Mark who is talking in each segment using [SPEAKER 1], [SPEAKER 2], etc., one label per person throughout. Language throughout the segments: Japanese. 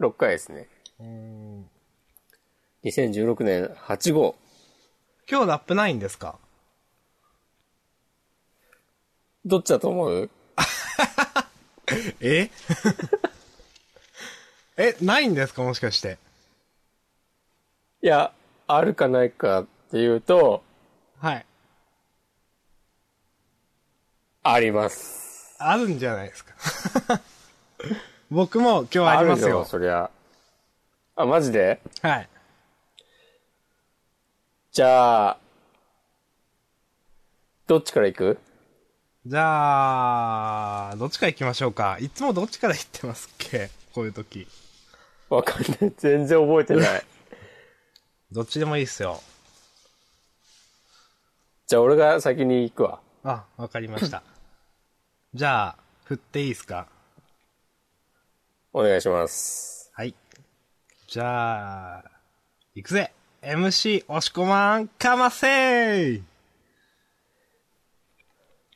[SPEAKER 1] 6回ですね。
[SPEAKER 2] うん
[SPEAKER 1] 2016年8号。
[SPEAKER 2] 今日ラップないんですか
[SPEAKER 1] どっちだと思う
[SPEAKER 2] ええ、ないんですかもしかして。
[SPEAKER 1] いや、あるかないかっていうと、
[SPEAKER 2] はい。
[SPEAKER 1] あります。
[SPEAKER 2] あるんじゃないですか。 僕も今日あります
[SPEAKER 1] る
[SPEAKER 2] よ。
[SPEAKER 1] そりゃ。あ、マジで
[SPEAKER 2] はい。
[SPEAKER 1] じゃあ、どっちから行く
[SPEAKER 2] じゃあ、どっちから行きましょうか。いつもどっちから行ってますっけこういう時。
[SPEAKER 1] わかんない。全然覚えて ない。
[SPEAKER 2] どっちでもいいっすよ。
[SPEAKER 1] じゃあ俺が先に行くわ。
[SPEAKER 2] あ、わかりま した。じゃあ、振っていいですか
[SPEAKER 1] お願いします。
[SPEAKER 2] はい。じゃあ、行くぜ !MC 押し込まんかませー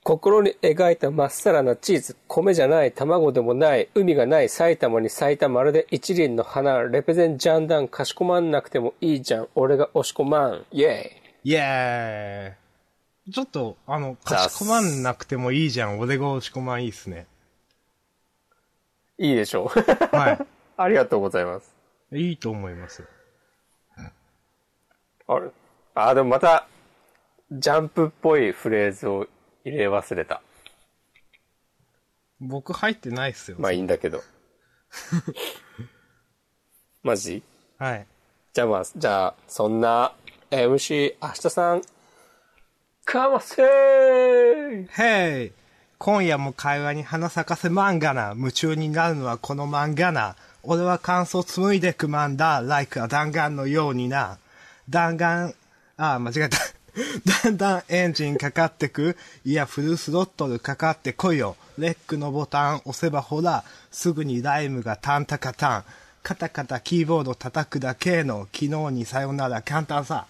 [SPEAKER 1] 心に描いたまっさらなチーズ、米じゃない、卵でもない、海がない埼玉に咲いたまるで一輪の花、レペゼンジャンダン、かしこまんなくてもいいじゃん、俺が押し込まん、イェイ。
[SPEAKER 2] イエーイちょっと、あの、かしこまんなくてもいいじゃん。俺が押し込まんいいっすね。
[SPEAKER 1] いいでしょう。
[SPEAKER 2] は
[SPEAKER 1] ありがとうございます。
[SPEAKER 2] い。いいと思います。
[SPEAKER 1] あれあ、でもまた、ジャンプっぽいフレーズを入れ忘れた。
[SPEAKER 2] 僕入ってないっすよ。
[SPEAKER 1] まあいいんだけど。 マジ
[SPEAKER 2] はい。
[SPEAKER 1] じゃあまあ、じゃあ、そんな、MC 明日さん、かませー
[SPEAKER 2] へい今夜も会話に花咲かせ漫画な夢中になるのはこの漫画な俺は感想紡いでく漫だ like は弾丸のようにな弾丸ああ間違えた だんだんエンジンかかってくいやフルスロットルかかってこいよレックのボタン押せばほらすぐにライムがタンタカタンカタカタキーボード叩くだけの昨日にさよなら簡単さ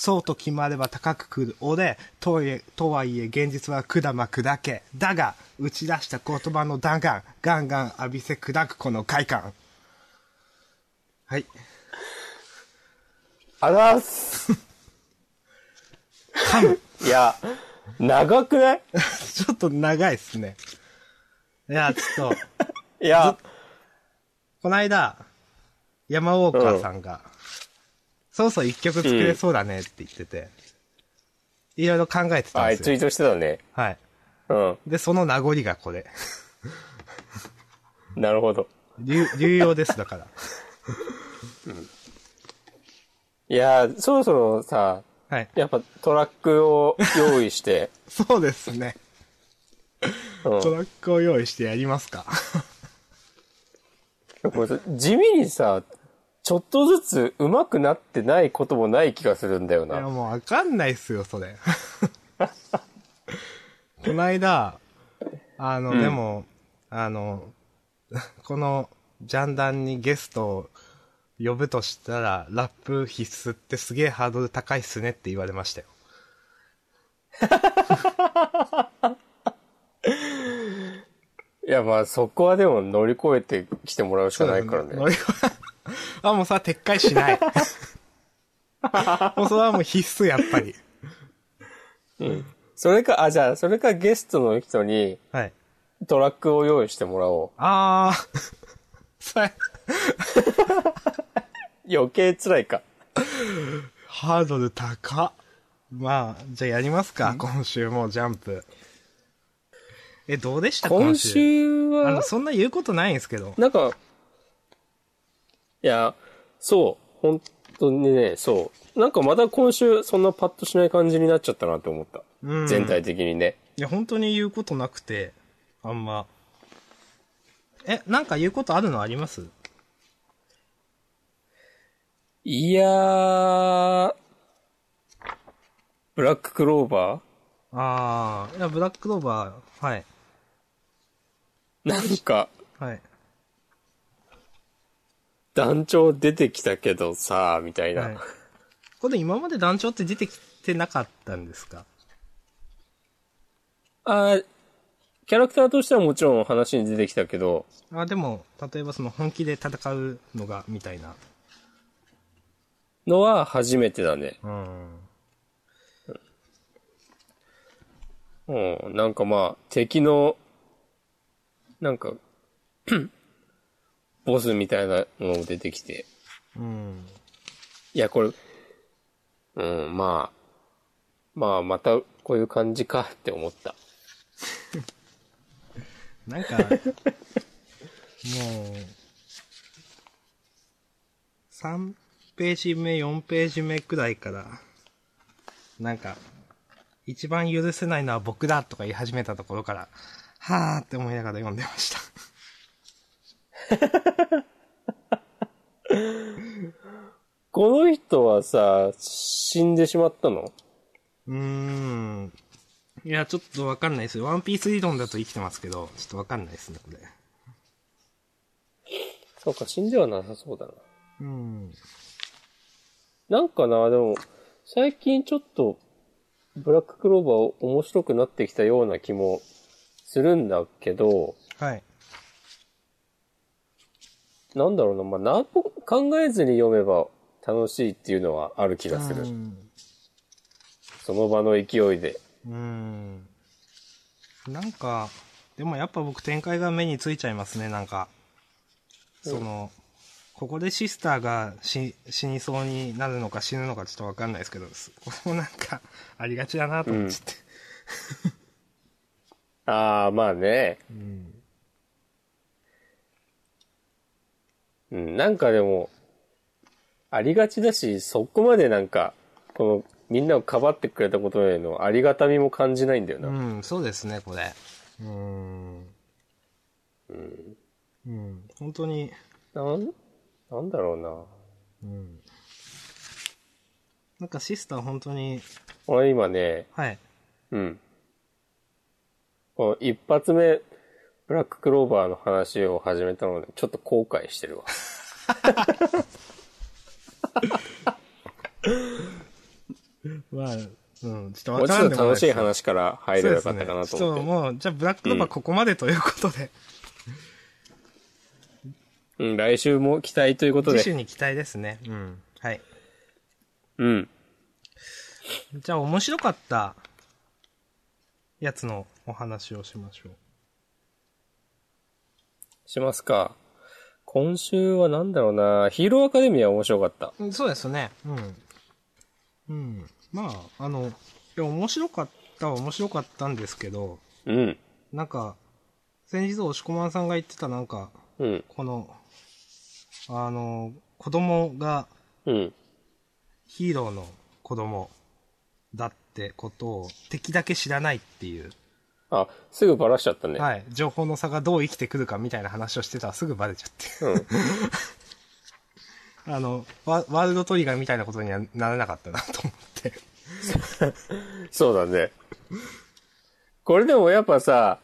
[SPEAKER 2] そうと決まれば高くくる俺、とはいえ、とはいえ現実はくだま砕け。だが、打ち出した言葉の弾丸、ガンガン浴びせ砕くこの快感。はい。
[SPEAKER 1] あざーすいや、長くない
[SPEAKER 2] ちょっと長いっすね。いや、ちょっと、
[SPEAKER 1] いや、
[SPEAKER 2] こないだ、山ウォーカーさんが、そろそろ一曲作れそうだねって言ってて、いろいろ考えてたん
[SPEAKER 1] は
[SPEAKER 2] で
[SPEAKER 1] い、
[SPEAKER 2] す
[SPEAKER 1] ツ
[SPEAKER 2] よ。
[SPEAKER 1] イートしてたね。
[SPEAKER 2] はい。
[SPEAKER 1] うん。
[SPEAKER 2] で、その名残がこれ。
[SPEAKER 1] なるほど。
[SPEAKER 2] 流流用です、だから。
[SPEAKER 1] いや、そろそろさ、
[SPEAKER 2] はい。
[SPEAKER 1] やっぱトラックを用意して、
[SPEAKER 2] そうですね。
[SPEAKER 1] うん
[SPEAKER 2] トラックを用意してやりますか。
[SPEAKER 1] これさ地味にさ、ちょっとずつ上手くなってないこともない気がするんだよ
[SPEAKER 2] いや、
[SPEAKER 1] な。
[SPEAKER 2] もうわかんないっすよ、それ。 こないだ、あの、でも、あの、 この、ジャンダンにゲストを呼ぶとしたら、ラップ必須ってすげえハードル高いっすねって言われましたよ。
[SPEAKER 1] いや、まあそこはでも乗り越えてきてもらうしかないからね。
[SPEAKER 2] 乗り越え あ、もうさ、撤回 しない。もうそれはもう必須、やっぱり。
[SPEAKER 1] それか、あ、じゃあ、それかゲストの人に
[SPEAKER 2] はい。
[SPEAKER 1] トラックを用意してもらお
[SPEAKER 2] あー、 それ、
[SPEAKER 1] う。余計辛いか。
[SPEAKER 2] ハードル高っまあ、じゃあやりますか、今週もジャンプ。え、どうでした
[SPEAKER 1] 今週
[SPEAKER 2] あ
[SPEAKER 1] は
[SPEAKER 2] の、、そんな言うことないんですけど。
[SPEAKER 1] なんか、いや、そう、本当にね、そう。なんかまた今週そんなパッとしない感じになっちゃったなって思った。
[SPEAKER 2] うん
[SPEAKER 1] 全体的にね。
[SPEAKER 2] いや、本当に言うことなくて、あんま。え、なんか言うことあるのあります
[SPEAKER 1] いやー、ブラッククローバ
[SPEAKER 2] あー、いや、ブラックローバー、はい。
[SPEAKER 1] ーなんか、
[SPEAKER 2] はい。
[SPEAKER 1] 団長出てきたけどさ、みたいな。
[SPEAKER 2] はい。これ今まで団長って出てきてなかったんですか
[SPEAKER 1] あーキャラクターとしてはもちろん話に出てきたけど、
[SPEAKER 2] あ、でも、例えばその本気で戦うのが、みたいな。
[SPEAKER 1] のは初めてだね。
[SPEAKER 2] うん。
[SPEAKER 1] うん、なんかまあ、敵の、なんか、 ボスみたいなのも出てきて。
[SPEAKER 2] うん。
[SPEAKER 1] いや、これ、うん、まあ、まあ、またこういう感じか って思った。
[SPEAKER 2] なんか、もう、3ページ目、4ページ目くらいから、なんか、一番許せないのは僕だとか言い始めたところから、はーって思いながら読んでました。
[SPEAKER 1] この人はさ、死んでしまったの
[SPEAKER 2] うーん。いや、ちょっとわかんないですよ。ワンピース理論だと生きてますけど、ちょっとわかんないですね、これ。
[SPEAKER 1] そうか、死んではなさそうだな。
[SPEAKER 2] うん。
[SPEAKER 1] なんかな、でも、最近ちょっと、ブラッククローバー面白くなってきたような気もするんだけど、
[SPEAKER 2] はい。
[SPEAKER 1] なんだろうな、まあ、何も考えずに読めば楽しいっていうのはある気がする
[SPEAKER 2] う。ん。
[SPEAKER 1] その場の勢いで。
[SPEAKER 2] うん。なんか、でもやっぱ僕展開が目についちゃいますね、なんか。その、ここでシスターが死死にそうになるのか死ぬのかちょっとわかんないですけど、す これもなんか、ありがちだなと思っちゃって。
[SPEAKER 1] ああ、まあね。
[SPEAKER 2] うん。
[SPEAKER 1] うん、なんかでも、ありがちだし、そこまでなんか、この、みんなをかばってくれたことへのありがたみも感じないんだよな。
[SPEAKER 2] うん、そうですね、これ。うん。うん。本当に、
[SPEAKER 1] なん、なんだろうな。
[SPEAKER 2] うん。なんかシスター本当に、
[SPEAKER 1] 俺今ね、
[SPEAKER 2] はい。
[SPEAKER 1] うん。この一発目、ブラッククローバーの話を始めたので、ちょっと後悔してるわ。
[SPEAKER 2] まあ、うん、ちょっと
[SPEAKER 1] もう
[SPEAKER 2] わ
[SPEAKER 1] ちょ
[SPEAKER 2] かん
[SPEAKER 1] っと
[SPEAKER 2] でもない
[SPEAKER 1] 楽
[SPEAKER 2] です
[SPEAKER 1] しい話から入ればよかったかなと
[SPEAKER 2] そうですねちょっ
[SPEAKER 1] 思っ
[SPEAKER 2] と
[SPEAKER 1] て。
[SPEAKER 2] もう、じゃあ、ブラックローバーここまでということで、
[SPEAKER 1] うん、来週も期待ということ
[SPEAKER 2] 次週
[SPEAKER 1] で。
[SPEAKER 2] に期待ですね。うん。はい。
[SPEAKER 1] うん。
[SPEAKER 2] じゃあ、面白かったやつのお話をしましょう。
[SPEAKER 1] しますか。今週はなんだろうな。ヒーローアカデミア面白かった。
[SPEAKER 2] うんそうですね。うん。うん。まあ、あの、いや、面白かったは面白かったんですけど、
[SPEAKER 1] うん。
[SPEAKER 2] なんか、先日、押し込まんさんが言ってた、なんか、
[SPEAKER 1] うん。
[SPEAKER 2] この、あの、子供が
[SPEAKER 1] うん。
[SPEAKER 2] ヒーローの子供だってことを敵だけ知らないっていう、
[SPEAKER 1] あ、すぐバラしちゃったね。
[SPEAKER 2] はい、情報の差がどう生きてくるかみたいな話をしてたらすぐバレちゃっ
[SPEAKER 1] うん。
[SPEAKER 2] て。あのワ、ワールドトリガーみたいなことにはならなかったなと思って。
[SPEAKER 1] そうだ ね。これでもやっぱさ、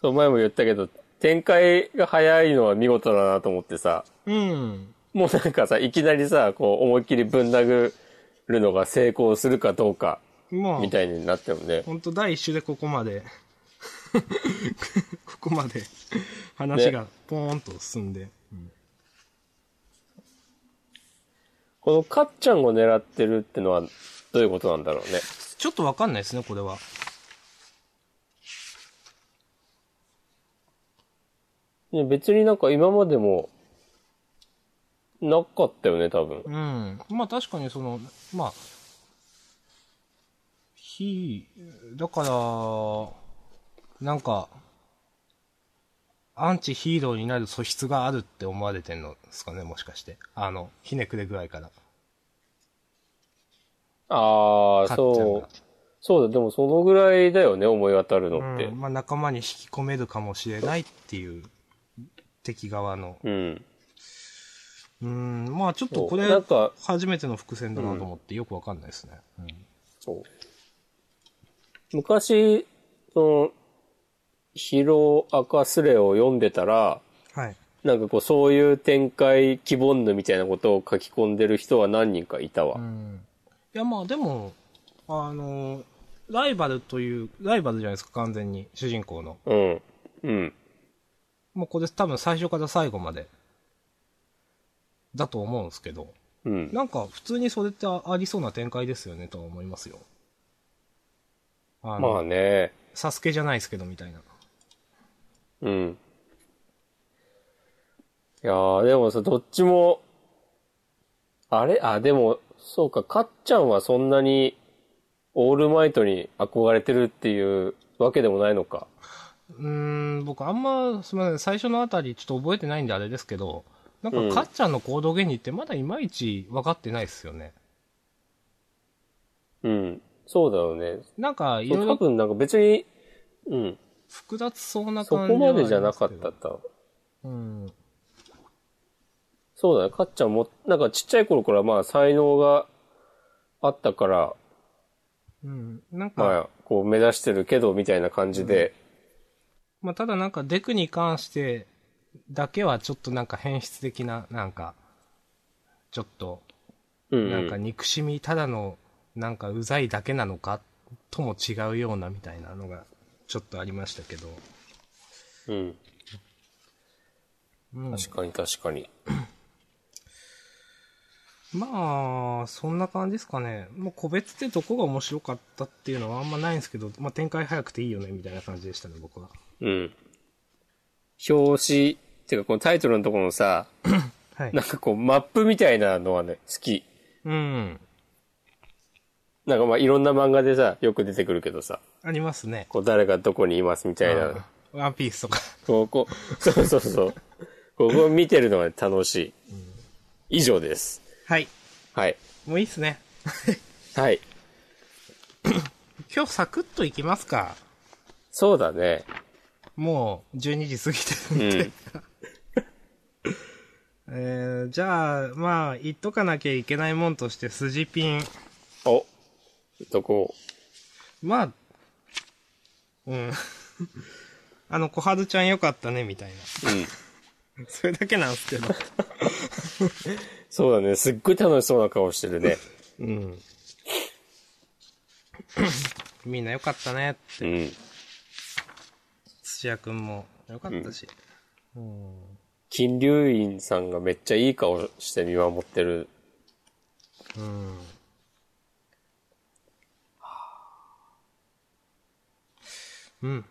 [SPEAKER 1] そう前も言ったけど、展開が早いのは見事だなと思ってさ、
[SPEAKER 2] うん。
[SPEAKER 1] もうなんかさ、いきなりさ、こう思いっきりぶん殴るのが成功するかどうか、
[SPEAKER 2] まあ
[SPEAKER 1] み、たいになってもね。
[SPEAKER 2] ほんと第一週でここまで、ここまで話がポーンと進んで。
[SPEAKER 1] このかっちゃんを狙ってるってのは、どういうことなんだろうね。
[SPEAKER 2] ちょっとわかんないですね、これは。
[SPEAKER 1] ね別になんか今までも、なかったよね、多分。
[SPEAKER 2] うん。まあ確かにその、まあ、ひ、だから、なんか、アンチヒーローになる素質があるって思われてんのですかね、もしかして。あの、ひねくれ具合から。
[SPEAKER 1] あ
[SPEAKER 2] か
[SPEAKER 1] あ、
[SPEAKER 2] っちゃんが
[SPEAKER 1] そう。そうだ、でもそのぐらいだよね、思い当たるのって
[SPEAKER 2] うん。まあ仲間に引き込めるかもしれないっていう、敵側の。
[SPEAKER 1] うん。
[SPEAKER 2] うん、まあちょっとこれ
[SPEAKER 1] そうなんか、
[SPEAKER 2] 初めての伏線だなと思ってよくわかんないですね。うん。
[SPEAKER 1] そう。昔、その、ヒロアカスレを読んでたら、
[SPEAKER 2] はい。
[SPEAKER 1] なんかこう、そういう展開、希望ぬみたいなことを書き込んでる人は何人かいたわ。
[SPEAKER 2] いやまあでも、あの、ライバルという、ライバルじゃないですか、完全に、主人公の。
[SPEAKER 1] うん。うん。
[SPEAKER 2] もうこれ多分最初から最後まで、だと思うんですけど、
[SPEAKER 1] うん。
[SPEAKER 2] なんか普通にそれってあありそうな展開ですよね、とは思いますよ。あの、
[SPEAKER 1] まあね。
[SPEAKER 2] サスケじゃないですけど、みたいな。
[SPEAKER 1] うん。いやー、でもさ、どっちも、あれあ、でも、そうか、かっちゃんはそんなに、オールマイトに憧れてるっていうわけでもないのか。
[SPEAKER 2] うーん、僕あんま、すみません、最初のあたりちょっと覚えてないんであれですけど、なん
[SPEAKER 1] うん
[SPEAKER 2] か、かっちゃんの行動原理ってまだいまいち分かってないですよね。
[SPEAKER 1] うん。そうだよね。
[SPEAKER 2] なんか、い
[SPEAKER 1] そ
[SPEAKER 2] ろいう
[SPEAKER 1] 多
[SPEAKER 2] ろ
[SPEAKER 1] 分なんか別に、うん。
[SPEAKER 2] 複雑そうな
[SPEAKER 1] そ
[SPEAKER 2] 感じ
[SPEAKER 1] こ
[SPEAKER 2] はあ
[SPEAKER 1] ま
[SPEAKER 2] り
[SPEAKER 1] で
[SPEAKER 2] すけど
[SPEAKER 1] じゃなかった。多分
[SPEAKER 2] うん。
[SPEAKER 1] そうだね。かっちゃんも、なんかちっちゃい頃からまあ才能があったから、
[SPEAKER 2] うん。なんか、
[SPEAKER 1] まあ、こう目指してるけど、みたいな感じで。
[SPEAKER 2] まあ、ただなんか、デクに関してだけはちょっとなんか変質的な、なんか、ちょっと、
[SPEAKER 1] うん、うん。
[SPEAKER 2] なんか憎しみ、ただの、なんかうざいだけなのか、とも違うようなみたいなのが、ちょっとありましたけど。
[SPEAKER 1] うん。
[SPEAKER 2] うん、
[SPEAKER 1] 確かに確かに。
[SPEAKER 2] まあ、そんな感じですかね。もう個別ってどこが面白かったっていうのはあんまないんですけど、まあ展開早くていいよね、みたいな感じでしたね、僕は。
[SPEAKER 1] うん。表紙、っていうかこのタイトルのところのさ、
[SPEAKER 2] はい
[SPEAKER 1] な。んかこうマップみたいなのはね、好き。
[SPEAKER 2] うん。
[SPEAKER 1] なんかまあいろんな漫画でさ、よく出てくるけどさ、
[SPEAKER 2] ありますね。
[SPEAKER 1] こう誰がどこにいますみたいな。
[SPEAKER 2] うんワンピースとか。
[SPEAKER 1] こう、こう、そうそうそう。ここを見てるのが楽しい。以上です。
[SPEAKER 2] はい。
[SPEAKER 1] はい。
[SPEAKER 2] もういいっすね。
[SPEAKER 1] はい。
[SPEAKER 2] 今日サクッといきますか。
[SPEAKER 1] そうだね。
[SPEAKER 2] もう12時過ぎ
[SPEAKER 1] う
[SPEAKER 2] てるんで。
[SPEAKER 1] ん。
[SPEAKER 2] えー、じゃあ、まあ、言っとかなきゃいけないもんとして、筋ピン。
[SPEAKER 1] お。どこ
[SPEAKER 2] まあ、うん。 あの、小春ちゃんよかったね、みたいな。
[SPEAKER 1] うん。
[SPEAKER 2] それだけなんですけど。
[SPEAKER 1] そうだね。すっごい楽しそうな顔してるね。
[SPEAKER 2] うん。 みんなよかったね。
[SPEAKER 1] うん。
[SPEAKER 2] 土屋くんもよかったし。
[SPEAKER 1] 金龍院さんがめっちゃいい顔して見守ってる。
[SPEAKER 2] うん。うん。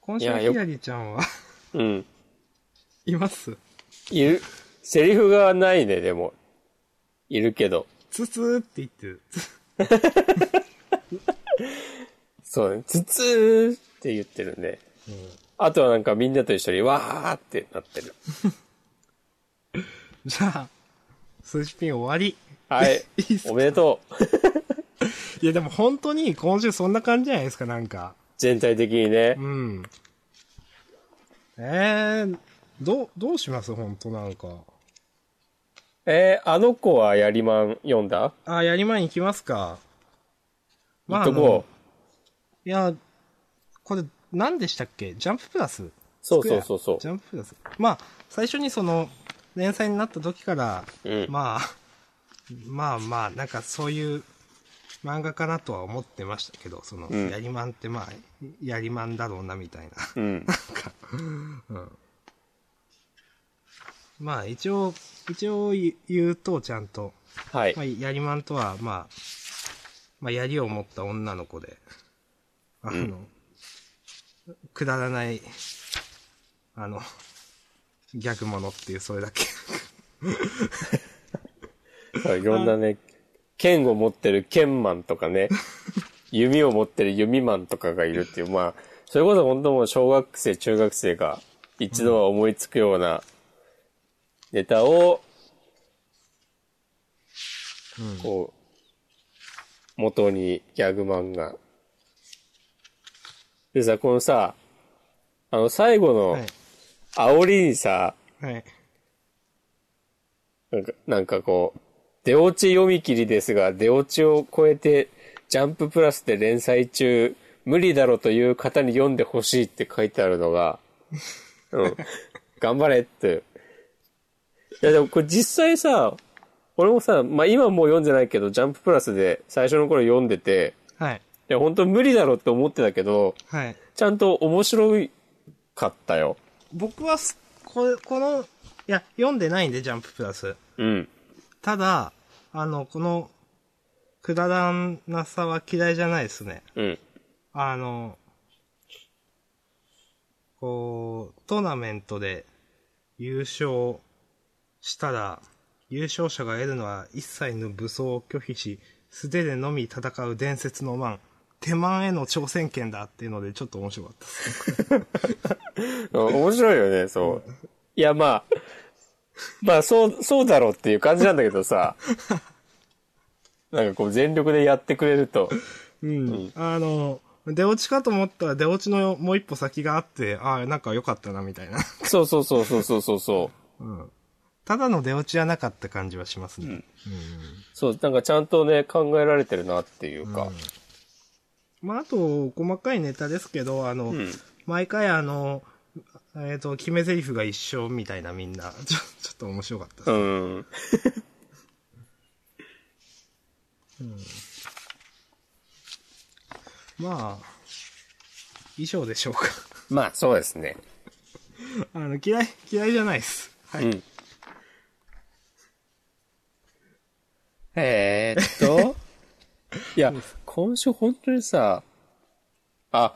[SPEAKER 2] 今週
[SPEAKER 1] いやよ
[SPEAKER 2] ひらりちゃんは
[SPEAKER 1] うん。
[SPEAKER 2] います
[SPEAKER 1] いる。セリフがないね、でも。いるけど。
[SPEAKER 2] つつーって言ってる。
[SPEAKER 1] そうね。つつーって言ってるね。あとはなんかみんなと一緒にわーってなってる。
[SPEAKER 2] じゃあ、数字ピン終わり。
[SPEAKER 1] はい。
[SPEAKER 2] いいっす
[SPEAKER 1] おめでとう。
[SPEAKER 2] いやでも本当に今週そんな感じじゃないですか、なんか。
[SPEAKER 1] 全体的にね
[SPEAKER 2] う。ん。えー、どう、どうします本当なんか。
[SPEAKER 1] えーあの子はやりまん読んだ
[SPEAKER 2] あ、やりまん行きますか。
[SPEAKER 1] 言
[SPEAKER 2] あ
[SPEAKER 1] っとこう。
[SPEAKER 2] いや、これ、何でしたっけジャンププラス
[SPEAKER 1] そうそうそうそう
[SPEAKER 2] ジャンププラス。まあ、最初にその、連載になった時から、
[SPEAKER 1] うん
[SPEAKER 2] まあ、まあまあ、なんかそういう漫画かなとは思ってましたけど、その、
[SPEAKER 1] ん
[SPEAKER 2] やりまんってまあ、やりまんだろうな、みたいな。
[SPEAKER 1] うん。
[SPEAKER 2] まあ、一応、一応言うと、ちゃんと、
[SPEAKER 1] はい
[SPEAKER 2] まあ、。やりまんとは、まあ、まあ、槍を持った女の子で、あの、くだらない、あの、ギャグものっていう、それだけ。
[SPEAKER 1] そういろんなね、剣を持ってる剣マンとか ね、弓を持ってる弓マンとかがいるっていう、まあ、それこそ本当もう小学生、中学生が一度は思いつくようなネタを、こう、元にギャグ漫画。でさ、このさ、あの最後
[SPEAKER 2] は
[SPEAKER 1] の
[SPEAKER 2] い。
[SPEAKER 1] 煽りにさ、
[SPEAKER 2] はい。
[SPEAKER 1] なんか、なんかこう、出落ち読み切りですが、出落ちを超えて、ジャンププラスで連載中、無理だろという方に読んでほしいって書いてあるのが、うん。頑張れって。いやでもこれ実際さ、俺もさ、まあ今もう読んでないけど、ジャンププラスで最初の頃読んでて、
[SPEAKER 2] はい。
[SPEAKER 1] いや、本当無理だろうって思ってたけど、
[SPEAKER 2] はい。
[SPEAKER 1] ちゃんと面白かったよ。
[SPEAKER 2] 僕はす、ここの、いや、読んでないんで、ジャンププラス。
[SPEAKER 1] うん。
[SPEAKER 2] ただ、あの、この、くだらなさは嫌いじゃないですね。
[SPEAKER 1] うん。
[SPEAKER 2] あの、こう、トーナメントで優勝したら、優勝者が得るのは一切の武装を拒否し、素手でのみ戦う伝説のマン。手満への挑戦権だっていうので、ちょっと面白かったです。
[SPEAKER 1] 面白いよね、そう。いや、まあ、まあ、そう、そうだろうっていう感じなんだけどさ、なんかこう全力でやってくれると、
[SPEAKER 2] うん。あの、出落ちかと思ったら出落ちのもう一歩先があって、ああ、なんか良かったな、みたいな。
[SPEAKER 1] そうそうそうそうそうそうそう。
[SPEAKER 2] ただの出落ちじゃなかった感じはしますね。
[SPEAKER 1] そう、なんかちゃんとね、考えられてるなっていうか。
[SPEAKER 2] まあ、あと、細かいネタですけど、あの、
[SPEAKER 1] ん
[SPEAKER 2] 毎回あの、えっ、と、決め台詞が一緒みたいなみんな、 ちょちょっと面白かったです。
[SPEAKER 1] うん。
[SPEAKER 2] まあ、以上でしょうか。
[SPEAKER 1] まあ、そうですね。
[SPEAKER 2] あの、嫌い、嫌いじゃないです。はい。
[SPEAKER 1] うん。えーっと。いや、今週本当にさ、あ、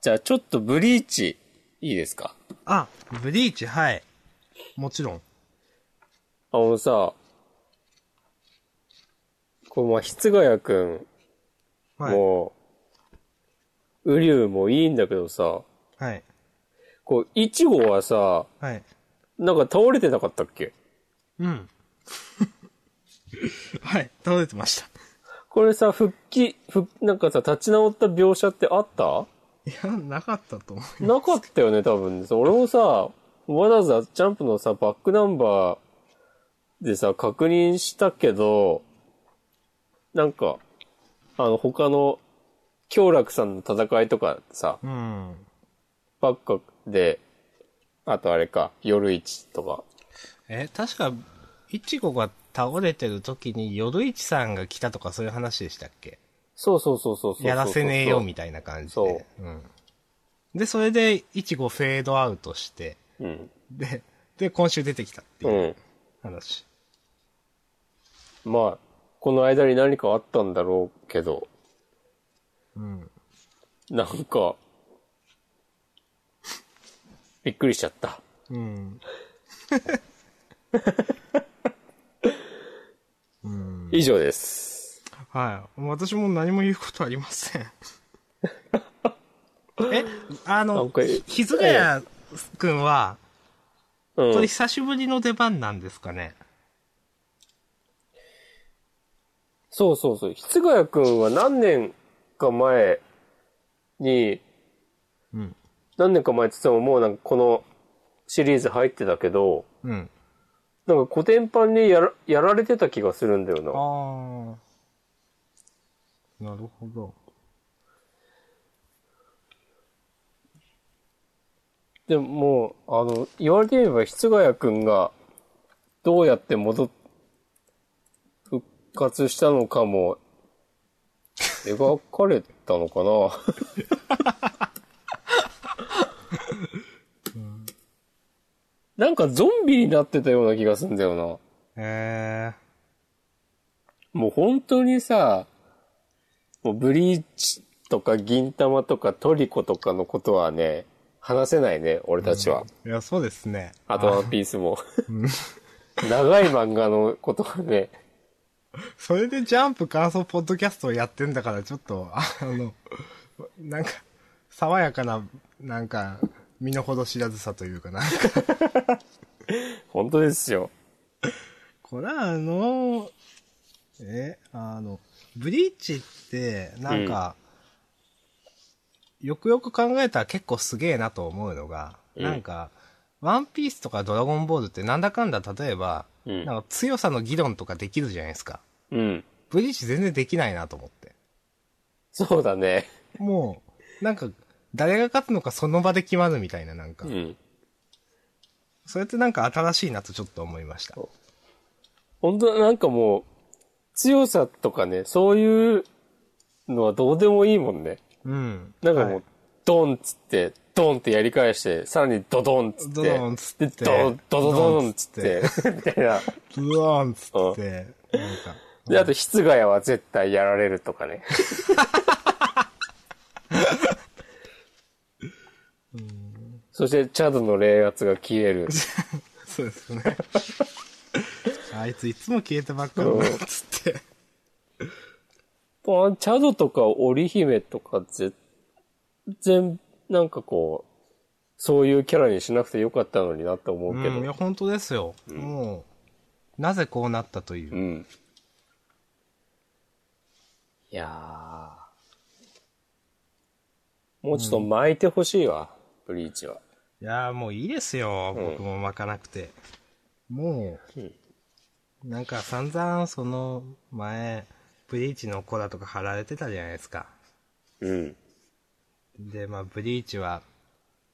[SPEAKER 1] じゃあちょっとブリーチ、いいですか
[SPEAKER 2] あ、ブリーチ、はい。もちろん。
[SPEAKER 1] あのさ、こう、まあ、室ヶ谷くん
[SPEAKER 2] はい。
[SPEAKER 1] も、ウリュウもいいんだけどさ、
[SPEAKER 2] はい。
[SPEAKER 1] こう、イチゴはさ、
[SPEAKER 2] はい。
[SPEAKER 1] なんか倒れてなかったっけ
[SPEAKER 2] うん。 はい。倒れてました。
[SPEAKER 1] これさ、復帰、復なんかさ、立ち直った描写ってあった
[SPEAKER 2] いや、なかったと思う。
[SPEAKER 1] なかったよね、多分。そう俺もさ、わざわざジャンプのさ、バックナンバーでさ、確認したけど、なんか、あの、他の、京楽さんの戦いとかさ、
[SPEAKER 2] うん。
[SPEAKER 1] ばっかで、あとあれか、夜市とか。
[SPEAKER 2] え、確か、いちごが倒れてる時に、夜市さんが来たとかそういう話でしたっけ
[SPEAKER 1] そうそうそうそうそうそうそう。
[SPEAKER 2] やらせねえよ、みたいな感じで。。
[SPEAKER 1] そう
[SPEAKER 2] ん。で、それで、いちごフェードアウトして、
[SPEAKER 1] うん。
[SPEAKER 2] で、で、今週出てきたって
[SPEAKER 1] う。
[SPEAKER 2] いうん話。
[SPEAKER 1] まあ、この間に何かあったんだろうけど、
[SPEAKER 2] うん。
[SPEAKER 1] なんか、びっくりしちゃった。
[SPEAKER 2] うん。
[SPEAKER 1] 以上です。
[SPEAKER 2] はい。私も何も言うことありま せん。え、あ
[SPEAKER 1] な
[SPEAKER 2] の
[SPEAKER 1] ん、か
[SPEAKER 2] ひずがやくんは、
[SPEAKER 1] うん
[SPEAKER 2] これ久しぶりの出番なんですかね。
[SPEAKER 1] そうそうそう。室ヶ谷くんは何年か前に、
[SPEAKER 2] うん。
[SPEAKER 1] 何年か前って言ってももうなんかこのシリーズ入ってたけど、
[SPEAKER 2] うん。
[SPEAKER 1] なんか古典版にやらやられてた気がするんだよな。
[SPEAKER 2] ああ。なるほど。
[SPEAKER 1] でももう、あの、言われてみれば室ヶ谷くんがどうやって戻っ、復活したのかも、描かれたのかな。 なんかゾンビになってたような気がするんだよ
[SPEAKER 2] え
[SPEAKER 1] な。もう本当にさ、もうブリーチとか銀玉とかトリコとかのことはね、話せないね、俺たちは。
[SPEAKER 2] えいや、そうですね。
[SPEAKER 1] あとワンピースも。 長い漫画のことはね、
[SPEAKER 2] それでジャンプ感想ポッドキャストをやってんだから、ちょっと、 ああの、なんか、爽やかな、なんか、身の程知らずさというかな。
[SPEAKER 1] 本当ですよ。
[SPEAKER 2] これはあの、え、あの、ブリーチって、なんか、よくよく考えたら結構すげえなと思うのが、
[SPEAKER 1] うん
[SPEAKER 2] なんか、ワンピースとかドラゴンボールってなんだかんだ例えば、
[SPEAKER 1] うん
[SPEAKER 2] なんか強さの議論とかできるじゃないですか。
[SPEAKER 1] うん。
[SPEAKER 2] ブリーチ全然できないなと思って。
[SPEAKER 1] そうだね。
[SPEAKER 2] もう、なんか、誰が勝つのかその場で決まるみたいな、なんか
[SPEAKER 1] う。ん。
[SPEAKER 2] それってなんか新しいなとちょっと思いました。
[SPEAKER 1] 本当なんかもう、強さとかね、そういうのはどうでもいいもんね。
[SPEAKER 2] うん。
[SPEAKER 1] なんかもう、
[SPEAKER 2] はい
[SPEAKER 1] ドンっつって、ドンってやり返して、さらにドドンっつって、
[SPEAKER 2] ドドンっつって
[SPEAKER 1] でドドドドンっつって、みたいな。
[SPEAKER 2] うわーんっつって、なんか。
[SPEAKER 1] で、あと、室外は絶対やられるとかね。そして、チャドの霊圧が消える。
[SPEAKER 2] そうですね。 あいついつも消えてばっかりだなっつって。
[SPEAKER 1] まあチャドとか織姫とかぜ、全、なんかこう、そういうキャラにしなくてよかったのになって思うけ
[SPEAKER 2] うん、いや、
[SPEAKER 1] ど。
[SPEAKER 2] 本当ですよ。もう、なぜこうなったという
[SPEAKER 1] う。ん。いやー。もうちょっと巻いてほしいわ、ブリーチは。
[SPEAKER 2] いやーもういいですよ。僕も巻かなくて。もう、なんか散々その前、ブリーチの子だとか貼られてたじゃないですか。
[SPEAKER 1] うん。
[SPEAKER 2] で、まあ、ブリーチは、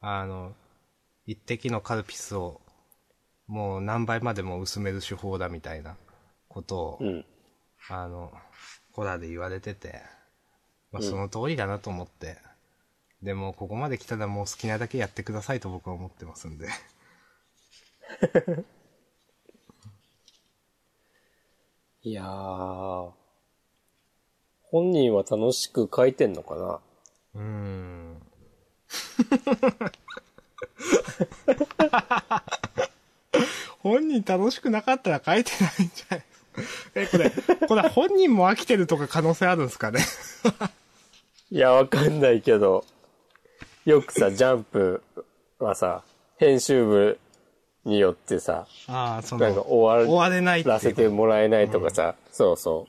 [SPEAKER 2] あの、一滴のカルピスを、もう何倍までも薄める手法だみたいなことを、
[SPEAKER 1] うん。
[SPEAKER 2] あの、コラで言われてて、まあ、その通りだなと思って、でも、ここまで来たらもう好きなだけやってくださいと僕は思ってますんで。
[SPEAKER 1] いやー。本人は楽しく書いてんのかな
[SPEAKER 2] うーん。本人楽しくなかったら書いてないんじゃないえ、これ、これ本人も飽きてるとか可能性あるんですかね
[SPEAKER 1] いや、わかんないけど、よく さ、ジャンプはさ、編集部によってさ、
[SPEAKER 2] ああ、そ
[SPEAKER 1] なんか終
[SPEAKER 2] 終
[SPEAKER 1] わ
[SPEAKER 2] われないって
[SPEAKER 1] ら
[SPEAKER 2] い
[SPEAKER 1] せ
[SPEAKER 2] う。
[SPEAKER 1] てもらえないとかさ、そうそ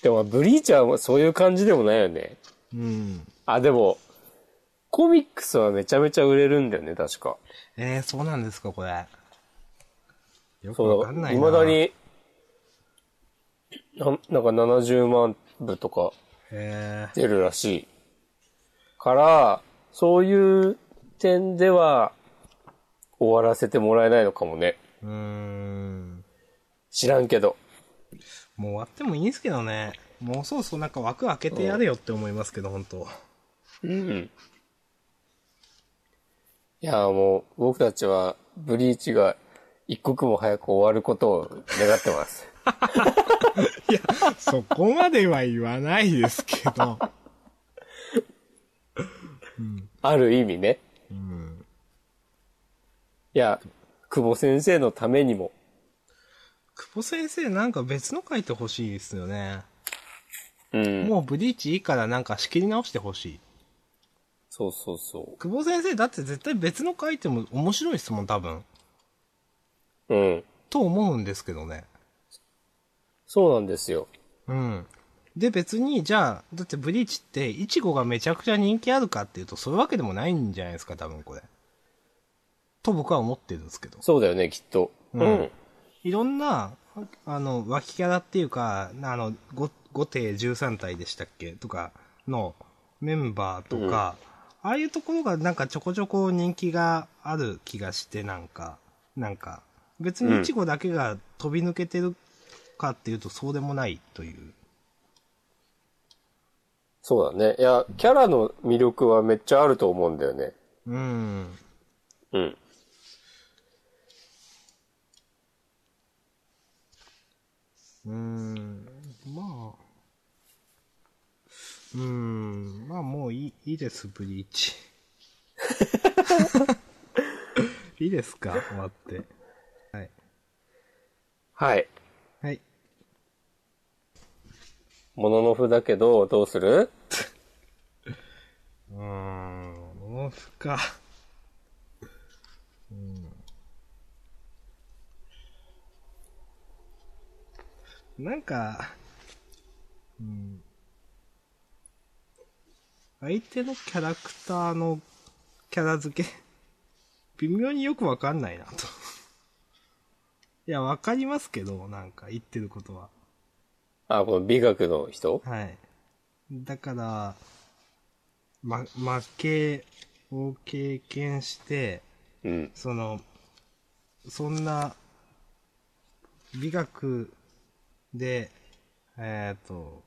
[SPEAKER 1] う。でも、ブリーチはそういう感じでもないよね。
[SPEAKER 2] うん。
[SPEAKER 1] あ、でも、コミックスはめちゃめちゃ売れるんだよね、確か。
[SPEAKER 2] えー、そうなんですか、これ。よく
[SPEAKER 1] そう
[SPEAKER 2] わ
[SPEAKER 1] だ
[SPEAKER 2] か
[SPEAKER 1] か
[SPEAKER 2] ん
[SPEAKER 1] ら、
[SPEAKER 2] ないいな。
[SPEAKER 1] まだ。に、ななんか70万部とか
[SPEAKER 2] え
[SPEAKER 1] 出るらしい。から、そういう点では、終わらせてもらえないのかもね。
[SPEAKER 2] ー、うーん。
[SPEAKER 1] 知らんけど。
[SPEAKER 2] もう終わってもいいんですけどね。もうそろそろなんか枠開けてやれよって思いますけど、本当
[SPEAKER 1] うん。いや、もう、僕たちは、ブリーチが一刻も早く終わることを願って ます。
[SPEAKER 2] いや、そこまでは言わないですけど。
[SPEAKER 1] ある意味ね。いや、久保先生のためにも。
[SPEAKER 2] 久保先生なんか別の書いてほしいですよね。
[SPEAKER 1] うん。
[SPEAKER 2] もうブリーチいいからなんか仕切り直してほしい。
[SPEAKER 1] そうそうそ
[SPEAKER 2] 久保先生だって絶対別の書いても面白いですもん、多分。
[SPEAKER 1] う。うん。
[SPEAKER 2] と思うんですけどね。
[SPEAKER 1] そうなんですよ。
[SPEAKER 2] うん。で別に、じゃあ、だってブリーチって、イチゴがめちゃくちゃ人気あるかっていうと、そういうわけでもないんじゃないですか、多分これ。と僕は思ってるんですけど。
[SPEAKER 1] そうだよね、きっと。
[SPEAKER 2] うんいろんな、あの、脇キャラっていうか、あの、5, 5艇13体でしたっけとか、のメンバーとか、ああいうところがなんかちょこちょこ人気がある気がして、なんか、なんか、別にイチゴだけが飛び抜けてるかっていうと、そうでもないという。
[SPEAKER 1] そうだね。いや、キャラの魅力はめっちゃあると思うんだよね。
[SPEAKER 2] うん。
[SPEAKER 1] うん。
[SPEAKER 2] うん。まあ。うん。まあもういい、いいです、ブリーチ。いいですか終わって。はい。
[SPEAKER 1] はい。
[SPEAKER 2] はい。
[SPEAKER 1] もののふだけど、どうする
[SPEAKER 2] うーん。オフか。うん。なんか、うん。相手のキャラクターのキャラ付け、微妙によくわかんないなと。いや、わかりますけど、なんか言ってることは。
[SPEAKER 1] あ、この美学の人
[SPEAKER 2] はい。だから、ま、負けを経験して、
[SPEAKER 1] うん。
[SPEAKER 2] その、そんな、美学で、えっ、と、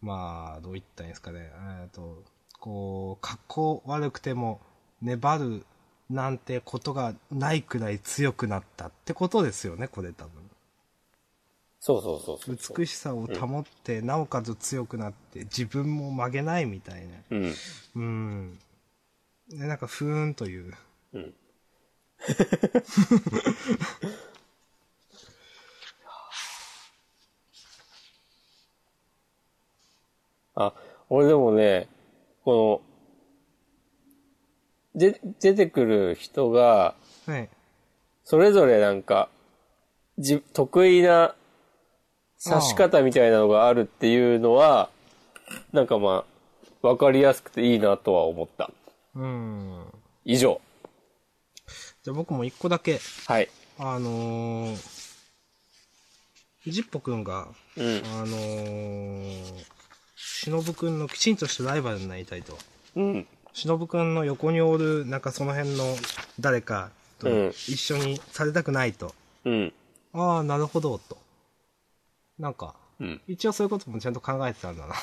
[SPEAKER 2] まあ、どう言ったらいいんですかね。えっと、こう、格好悪くても、粘るなんてことがないくらい強くなったってことですよね、これ多分。
[SPEAKER 1] そうそうそうそうそう。
[SPEAKER 2] 美しさを保って、なおかつ強くなって、自分も曲げないみたいな。
[SPEAKER 1] うん。
[SPEAKER 2] うん。で、なんか、ふーんという。
[SPEAKER 1] うん。あ、俺でもね、この、で、出てくる人が、
[SPEAKER 2] はい。
[SPEAKER 1] それぞれなんか、じ、得意な刺し方みたいなのがあるっていうのは、なんかまあ、わかりやすくていいなとは思った。
[SPEAKER 2] うん。
[SPEAKER 1] 以上。
[SPEAKER 2] じゃあ僕も一個だけ、
[SPEAKER 1] はい。
[SPEAKER 2] あのー、ジッポくんが、
[SPEAKER 1] うん。
[SPEAKER 2] あのー、しのぶくんのきちんとしたライバルになりたいと。
[SPEAKER 1] うん。
[SPEAKER 2] しのぶくんの横におる、なんかその辺の誰かと
[SPEAKER 1] うん
[SPEAKER 2] 一緒にされたくないと。
[SPEAKER 1] うん。
[SPEAKER 2] ああ、なるほど、と。なんか、
[SPEAKER 1] うん。
[SPEAKER 2] 一応そういうこともちゃんと考えてたんだな、と。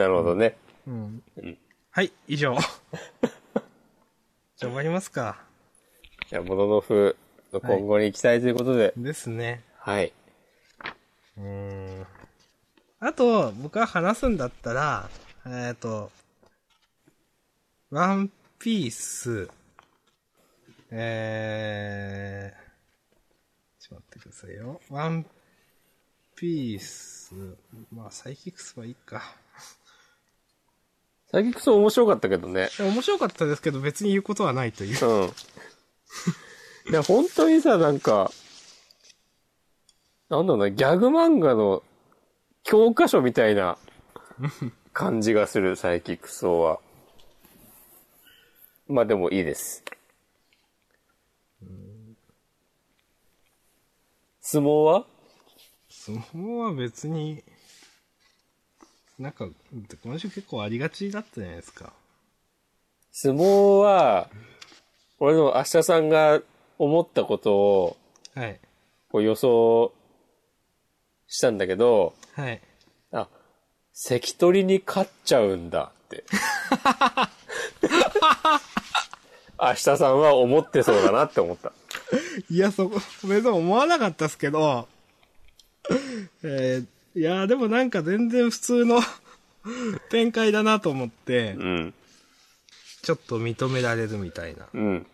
[SPEAKER 1] なるほどね。
[SPEAKER 2] うん
[SPEAKER 1] うん。
[SPEAKER 2] はい、以上。 じゃあ終わりますか。
[SPEAKER 1] じゃあ、モノノフの今後に行きたいということで。
[SPEAKER 2] ですね。
[SPEAKER 1] はい。
[SPEAKER 2] うーん。あと、僕は話すんだったら、えっ、と、ワンピース、えー、ちょっと待ってくださいよ。ワンピース、まあ、サイキックスはいいか。
[SPEAKER 1] サイキックス面白かったけどね。
[SPEAKER 2] いや面白かったですけど、別に言うことはないという。
[SPEAKER 1] うん。いや、本当にさ、なんか、なんだろうな、ギャグ漫画の教科書みたい な感じがする、サイキックスオは。まあでもいいです。相撲は
[SPEAKER 2] 相撲は別に、なんか、今週結構ありがちだったじゃないですか。
[SPEAKER 1] 相撲は、俺の明日さんが思ったことを
[SPEAKER 2] はい。
[SPEAKER 1] こう予想したんだけど、
[SPEAKER 2] はい。
[SPEAKER 1] あ、関取に勝っちゃうんだって。明日さんは思ってそうだなって思った。
[SPEAKER 2] いや、そこ、別に思わなかったっすけど、 えーいや、でもなんか全然普通の 展開だなと思って
[SPEAKER 1] う、ん。
[SPEAKER 2] ちょっと認められるみたいな。
[SPEAKER 1] うん。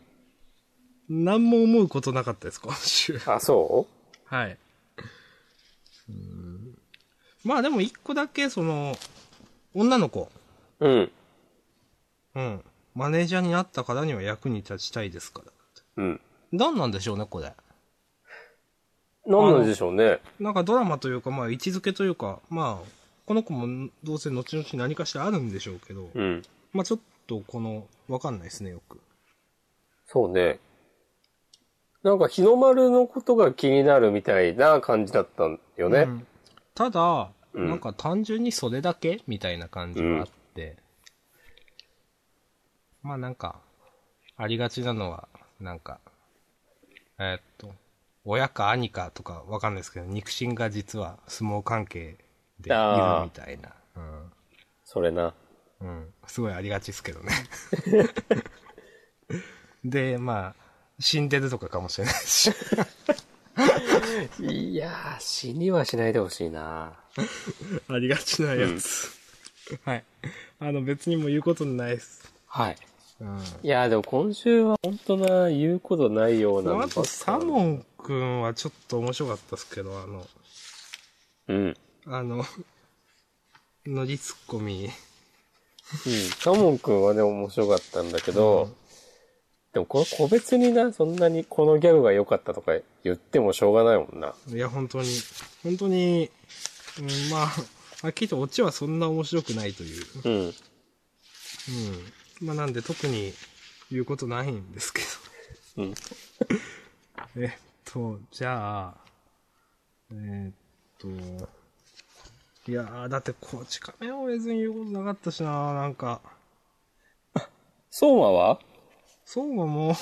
[SPEAKER 2] 何も思うことなかったです、今週。
[SPEAKER 1] あ、そ
[SPEAKER 2] はい。うんまあでも一個だけ、その、女の子。
[SPEAKER 1] ううん。
[SPEAKER 2] うん。マネージャーになったからには役に立ちたいですから。
[SPEAKER 1] うん。
[SPEAKER 2] 何なんでしょうね、これ。
[SPEAKER 1] 何なんでしょうね。
[SPEAKER 2] なんかドラマというか、まあ位置づけというか、まあ、この子もどうせ後々何かしらあるんでしょうけど、
[SPEAKER 1] うん。
[SPEAKER 2] まあちょっとこの、わかんないですね、よく。
[SPEAKER 1] そうね。なんか日の丸のことが気になるみたいな感じだったんよ
[SPEAKER 2] う
[SPEAKER 1] ね。
[SPEAKER 2] んただ、
[SPEAKER 1] うん
[SPEAKER 2] なんか単純にそれだけみたいな感じがあって、まあなんか、ありがちなのは、なんか、えーっと、親か兄かとかわかんないですけど、肉親が実は相撲関係でいる
[SPEAKER 1] あー
[SPEAKER 2] みたいな。うん
[SPEAKER 1] それな。
[SPEAKER 2] うん。すごいありがちですけど ね。で、まあ、死んでるとかかもしれないし。
[SPEAKER 1] いやー、死にはしないでほしいな。
[SPEAKER 2] ありがちなやつ。はい。あの、別にもう言うことないです。
[SPEAKER 1] はい。
[SPEAKER 2] うん。
[SPEAKER 1] いやー、でも今週は本当な、言うことないようなのば
[SPEAKER 2] あ
[SPEAKER 1] っか
[SPEAKER 2] と、
[SPEAKER 1] り
[SPEAKER 2] サモンくんはちょっと面白かったですけど、あの、
[SPEAKER 1] うん。
[SPEAKER 2] あの、のりツッコミ。
[SPEAKER 1] うん、サモン君はね、面白かったんだけど、でもこの個別にな、そんなにこのギャグが良かったとか言ってもしょうがないもんな。
[SPEAKER 2] いや、本当に、本当に、うん、まあ、はっきりとオチはそんな面白くないという。
[SPEAKER 1] うん。
[SPEAKER 2] うん。まあ、なんで特に言うことないんですけど。
[SPEAKER 1] うん。
[SPEAKER 2] えっと、じゃあ、えっと、いやー、だって、こち亀は別に言うことなかったしな、なんか、
[SPEAKER 1] 相馬は
[SPEAKER 2] そうまも、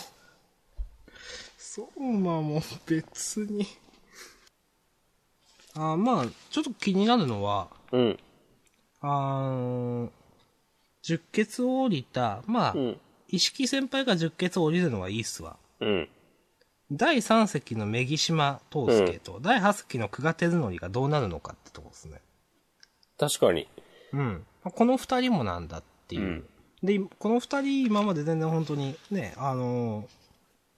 [SPEAKER 2] そうまも別に、あーまあ、ちょっと気になるのは、
[SPEAKER 1] うん。
[SPEAKER 2] あの、十血を降りた、まあ、
[SPEAKER 1] うん。
[SPEAKER 2] 意識先輩が十血を降りるのはいいっすわ。
[SPEAKER 1] うん。
[SPEAKER 2] 第3隻のメギシマトウスケと、第8隻のクガテルノリがどうなるのかってとこですね。
[SPEAKER 1] 確かに。
[SPEAKER 2] うん。まあこの二人もなんだっていう。
[SPEAKER 1] うん
[SPEAKER 2] で、この二人今まで全然本当にね、あの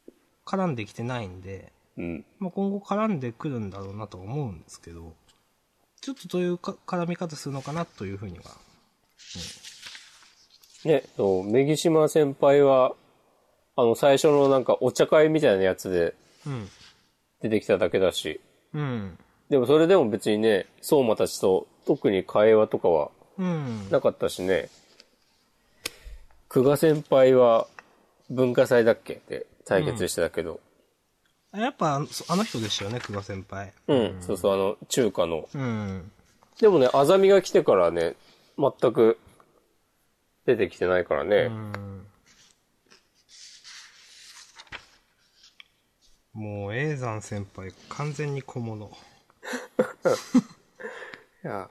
[SPEAKER 2] ー絡んできてないんで、
[SPEAKER 1] うん。
[SPEAKER 2] まあ、今後絡んでくるんだろうなとは思うんですけど、ちょっとどういうか絡み方するのかなというふうには。
[SPEAKER 1] ね、そう、メギシマ先輩は、あの、最初のなんかお茶会みたいなやつで
[SPEAKER 2] うん。
[SPEAKER 1] 出てきただけだし、
[SPEAKER 2] うん。
[SPEAKER 1] でもそれでも別にね、相馬たちと特に会話とかは
[SPEAKER 2] うん。
[SPEAKER 1] なかったしね、久我先輩は文化祭だっけで対決してたけど、
[SPEAKER 2] やっぱ、そあの人でしたよね、久我先輩。
[SPEAKER 1] うん、そうそう、あの、中華の。
[SPEAKER 2] うん。
[SPEAKER 1] でもね、あざみが来てからね、全く出てきてないからね、
[SPEAKER 2] もう、永山先輩、完全に小物。
[SPEAKER 1] いや。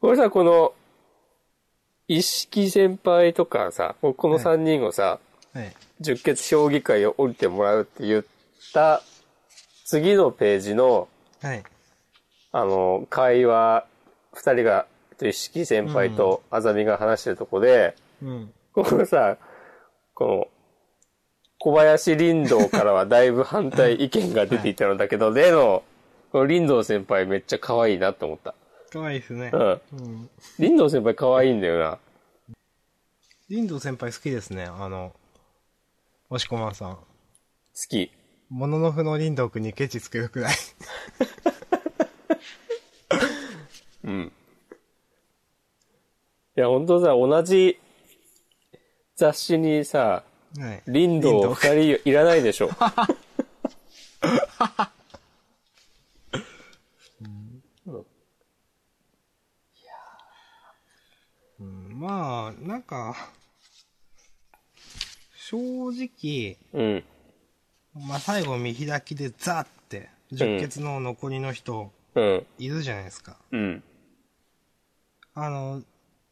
[SPEAKER 1] これさ、この、一色先輩とかさ、ここの3人をさ、
[SPEAKER 2] はい。
[SPEAKER 1] 十血評議会を降りてもらうって言った、次のページの、
[SPEAKER 2] はい。
[SPEAKER 1] あの、会話、二人が、一色先輩とあざみが話してるとこで、
[SPEAKER 2] うん。
[SPEAKER 1] このさ、この、小林林道からはだいぶ反対意見が出ていたのだけど、例の、この林道先輩めっちゃ可愛いなって思った。
[SPEAKER 2] かわいいですね
[SPEAKER 1] う。ん。
[SPEAKER 2] うん。
[SPEAKER 1] 林道先輩可愛いんだよな。
[SPEAKER 2] 林道先輩好きですね、あの、押しこまんさん。
[SPEAKER 1] 好き。
[SPEAKER 2] もののふの林道くんにケチつけるくらい。
[SPEAKER 1] うん。いや、本当さ、同じ雑誌にさ、
[SPEAKER 2] はい。
[SPEAKER 1] 林道
[SPEAKER 2] 林
[SPEAKER 1] 二人いらないでし ょ。
[SPEAKER 2] うんまあ、なんか、正直、
[SPEAKER 1] うん。
[SPEAKER 2] まあ最後見開きでザって、十血の残りの人、
[SPEAKER 1] うん。
[SPEAKER 2] いるじゃないですか。
[SPEAKER 1] うん。
[SPEAKER 2] あの、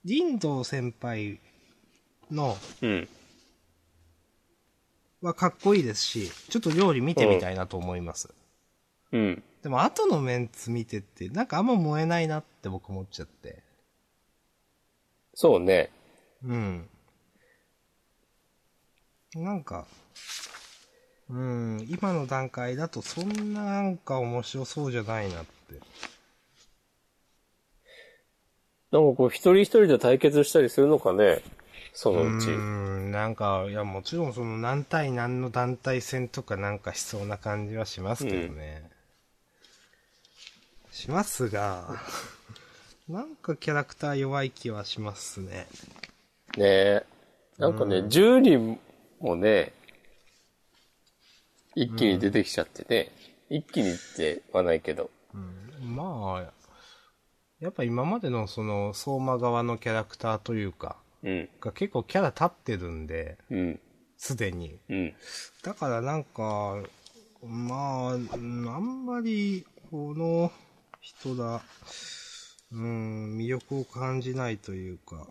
[SPEAKER 2] 林道先輩の、
[SPEAKER 1] うん。
[SPEAKER 2] はかっこいいですし、ちょっと料理見てみたいなと思います。
[SPEAKER 1] うん。
[SPEAKER 2] でも後のメンツ見てって、なんかあんま燃えないなって僕思っちゃって。
[SPEAKER 1] そうね。
[SPEAKER 2] うん。なんか、うん、今の段階だとそんななんか面白そうじゃないなって。
[SPEAKER 1] なんかこう、一人一人で対決したりするのかね。そうのうち。
[SPEAKER 2] ん、なんか、いやもちろんその何対何の団体戦とかなんかしそうな感じはしますけどね。しますが、 なんかキャラクター弱い気はしますね。
[SPEAKER 1] ねえ。なんかね、10人もね、一気に出てきちゃってね。一気にってはないけど。
[SPEAKER 2] まあ、やっぱ今までのその相馬側のキャラクターというか、
[SPEAKER 1] うん。
[SPEAKER 2] が結構キャラ立ってるんで、
[SPEAKER 1] うん。
[SPEAKER 2] すでに。
[SPEAKER 1] うん。
[SPEAKER 2] だからなんか、まあ、うんあんまり、この人だ、うん、魅力を感じないというか。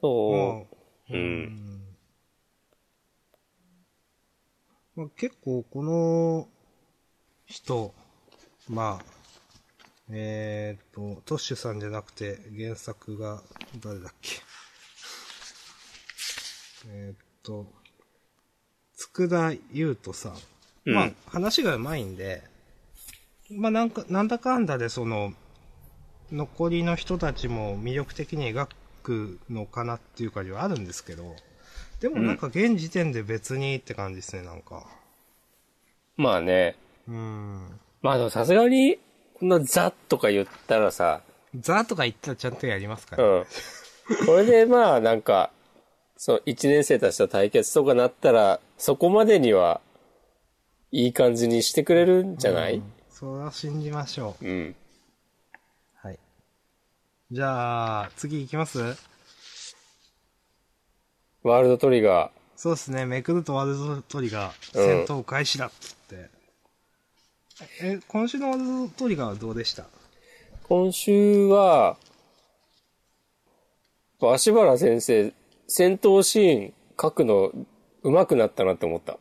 [SPEAKER 1] そ
[SPEAKER 2] ま
[SPEAKER 1] う。うん。
[SPEAKER 2] あまあ、結構この人、まあ、えっ、と、トッシュさんじゃなくて原作が誰だっけ。えっ、と、佃優斗さん。
[SPEAKER 1] うん
[SPEAKER 2] まあ、話が上手いんで、まあなんか、なんだかんだでその、残りの人たちも魅力的に描くのかなっていう感じはあるんですけど、でもなんか現時点で別にって感じですね、なんか。
[SPEAKER 1] まあね。
[SPEAKER 2] うーん。
[SPEAKER 1] まあでもさすがに、こんなザとか言ったらさ、
[SPEAKER 2] ザーとか言ったらちゃんとやりますか
[SPEAKER 1] う
[SPEAKER 2] ら。
[SPEAKER 1] ん。これでまあなんか、その1年生たちと対決とかなったら、そこまでには、いい感じにしてくれるんじゃない、
[SPEAKER 2] それは信じましょ
[SPEAKER 1] うん、
[SPEAKER 2] う。はい。じゃあ、次行きます
[SPEAKER 1] ワールドトリガー。
[SPEAKER 2] そうですね、めくるとワールドトリガー、戦闘開始だっつって。え、今週のワールドトリガーはどうでした
[SPEAKER 1] 今週は、足原先生、戦闘シーン書くの上手くなったなって思った。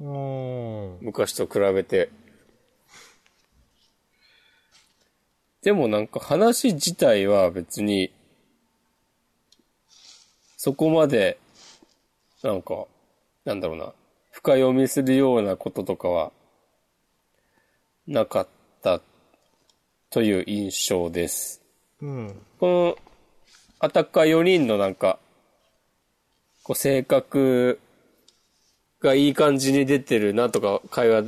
[SPEAKER 2] うーん。
[SPEAKER 1] 昔と比べて。でもなんか話自体は別に、そこまで、なんか、なんだろうな、深読みするようなこととかは、なかったという印象です。
[SPEAKER 2] うん。
[SPEAKER 1] この、アタッカー4人のなんか、こう性格がいい感じに出てるなとか会話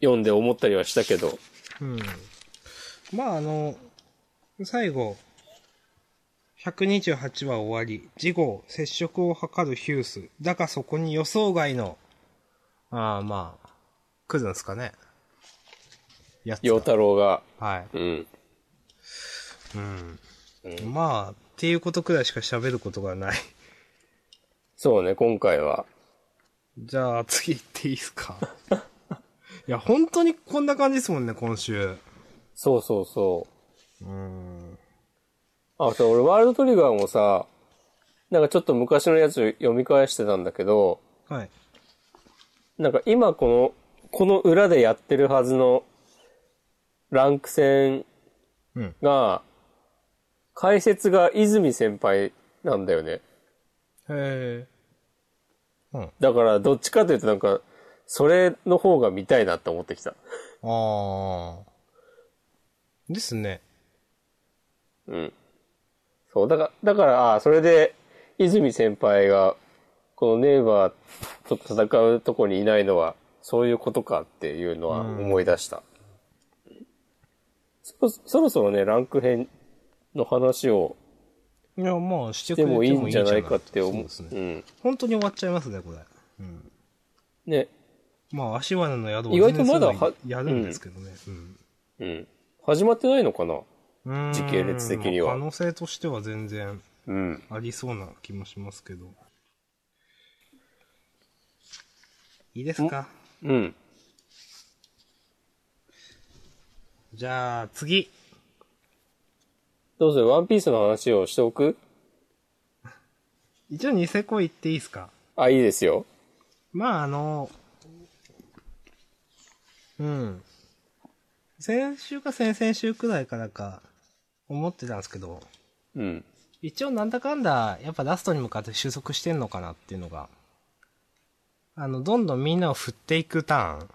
[SPEAKER 1] 読んで思ったりはしたけど、
[SPEAKER 2] うん。まあ、あの、最後、128話終わり、事後、接触を図るヒュース。だがそこに予想外の、ああ、まあ、来るんですかね。やつ
[SPEAKER 1] 陽
[SPEAKER 2] が。
[SPEAKER 1] 太郎が、
[SPEAKER 2] はい。
[SPEAKER 1] うん。
[SPEAKER 2] うん。まあ、っていうことくらいしか喋ることがない。
[SPEAKER 1] そうね、今回は。
[SPEAKER 2] じゃあ、次行っていいですか いや、本当にこんな感じですもんね、今週。
[SPEAKER 1] そうそうそう
[SPEAKER 2] ーん。
[SPEAKER 1] う。あ、そう、俺ワールドトリガーもさ、なんかちょっと昔のやつ読み返してたんだけど、
[SPEAKER 2] はい。
[SPEAKER 1] なんか今この、この裏でやってるはずのランク戦
[SPEAKER 2] うん。
[SPEAKER 1] が、解説が泉先輩なんだよね。
[SPEAKER 2] へえ。うん。
[SPEAKER 1] だから、どっちかというとなんか、それの方が見たいなって思ってきた。
[SPEAKER 2] あー。ですね。
[SPEAKER 1] うん。そう、だから、だから、あーそれで、泉先輩が、このネイバーと戦うとこにいないのは、そういうことかっていうのは思い出した。そそろそろね、ランク編の話を
[SPEAKER 2] いや、まあ、してく
[SPEAKER 1] で
[SPEAKER 2] れて
[SPEAKER 1] も
[SPEAKER 2] も
[SPEAKER 1] い
[SPEAKER 2] い
[SPEAKER 1] い
[SPEAKER 2] い
[SPEAKER 1] ん
[SPEAKER 2] ん
[SPEAKER 1] じ
[SPEAKER 2] じ
[SPEAKER 1] ゃ
[SPEAKER 2] ゃ
[SPEAKER 1] な
[SPEAKER 2] ないい
[SPEAKER 1] か
[SPEAKER 2] か
[SPEAKER 1] っ
[SPEAKER 2] ってて
[SPEAKER 1] 思
[SPEAKER 2] 思
[SPEAKER 1] う。
[SPEAKER 2] う。そうです
[SPEAKER 1] う
[SPEAKER 2] ね。
[SPEAKER 1] ん。
[SPEAKER 2] 本当に終わっちゃいますね、これ。うん。
[SPEAKER 1] ね、
[SPEAKER 2] まあ、足原の宿
[SPEAKER 1] 意外とまだは
[SPEAKER 2] 全然そういうのやるんですけどね。うん。
[SPEAKER 1] うん。始まってないのかな
[SPEAKER 2] うーん
[SPEAKER 1] 時系列的には
[SPEAKER 2] まあ可能性としては全然
[SPEAKER 1] うん。
[SPEAKER 2] ありそうな気もしますけど。いいですか
[SPEAKER 1] うん。
[SPEAKER 2] じゃあ、次。
[SPEAKER 1] どうぞ、ワンピースの話をしておく
[SPEAKER 2] 一応ニセコ行っていいですか
[SPEAKER 1] あ、いいですよ。
[SPEAKER 2] まあ、あの、うん。先週か先々週くらいからか、思ってたんですけど、
[SPEAKER 1] うん。
[SPEAKER 2] 一応なんだかんだ、やっぱラストに向かって収束してんのかなっていうのが、あの、どんどんみんなを振っていくターン。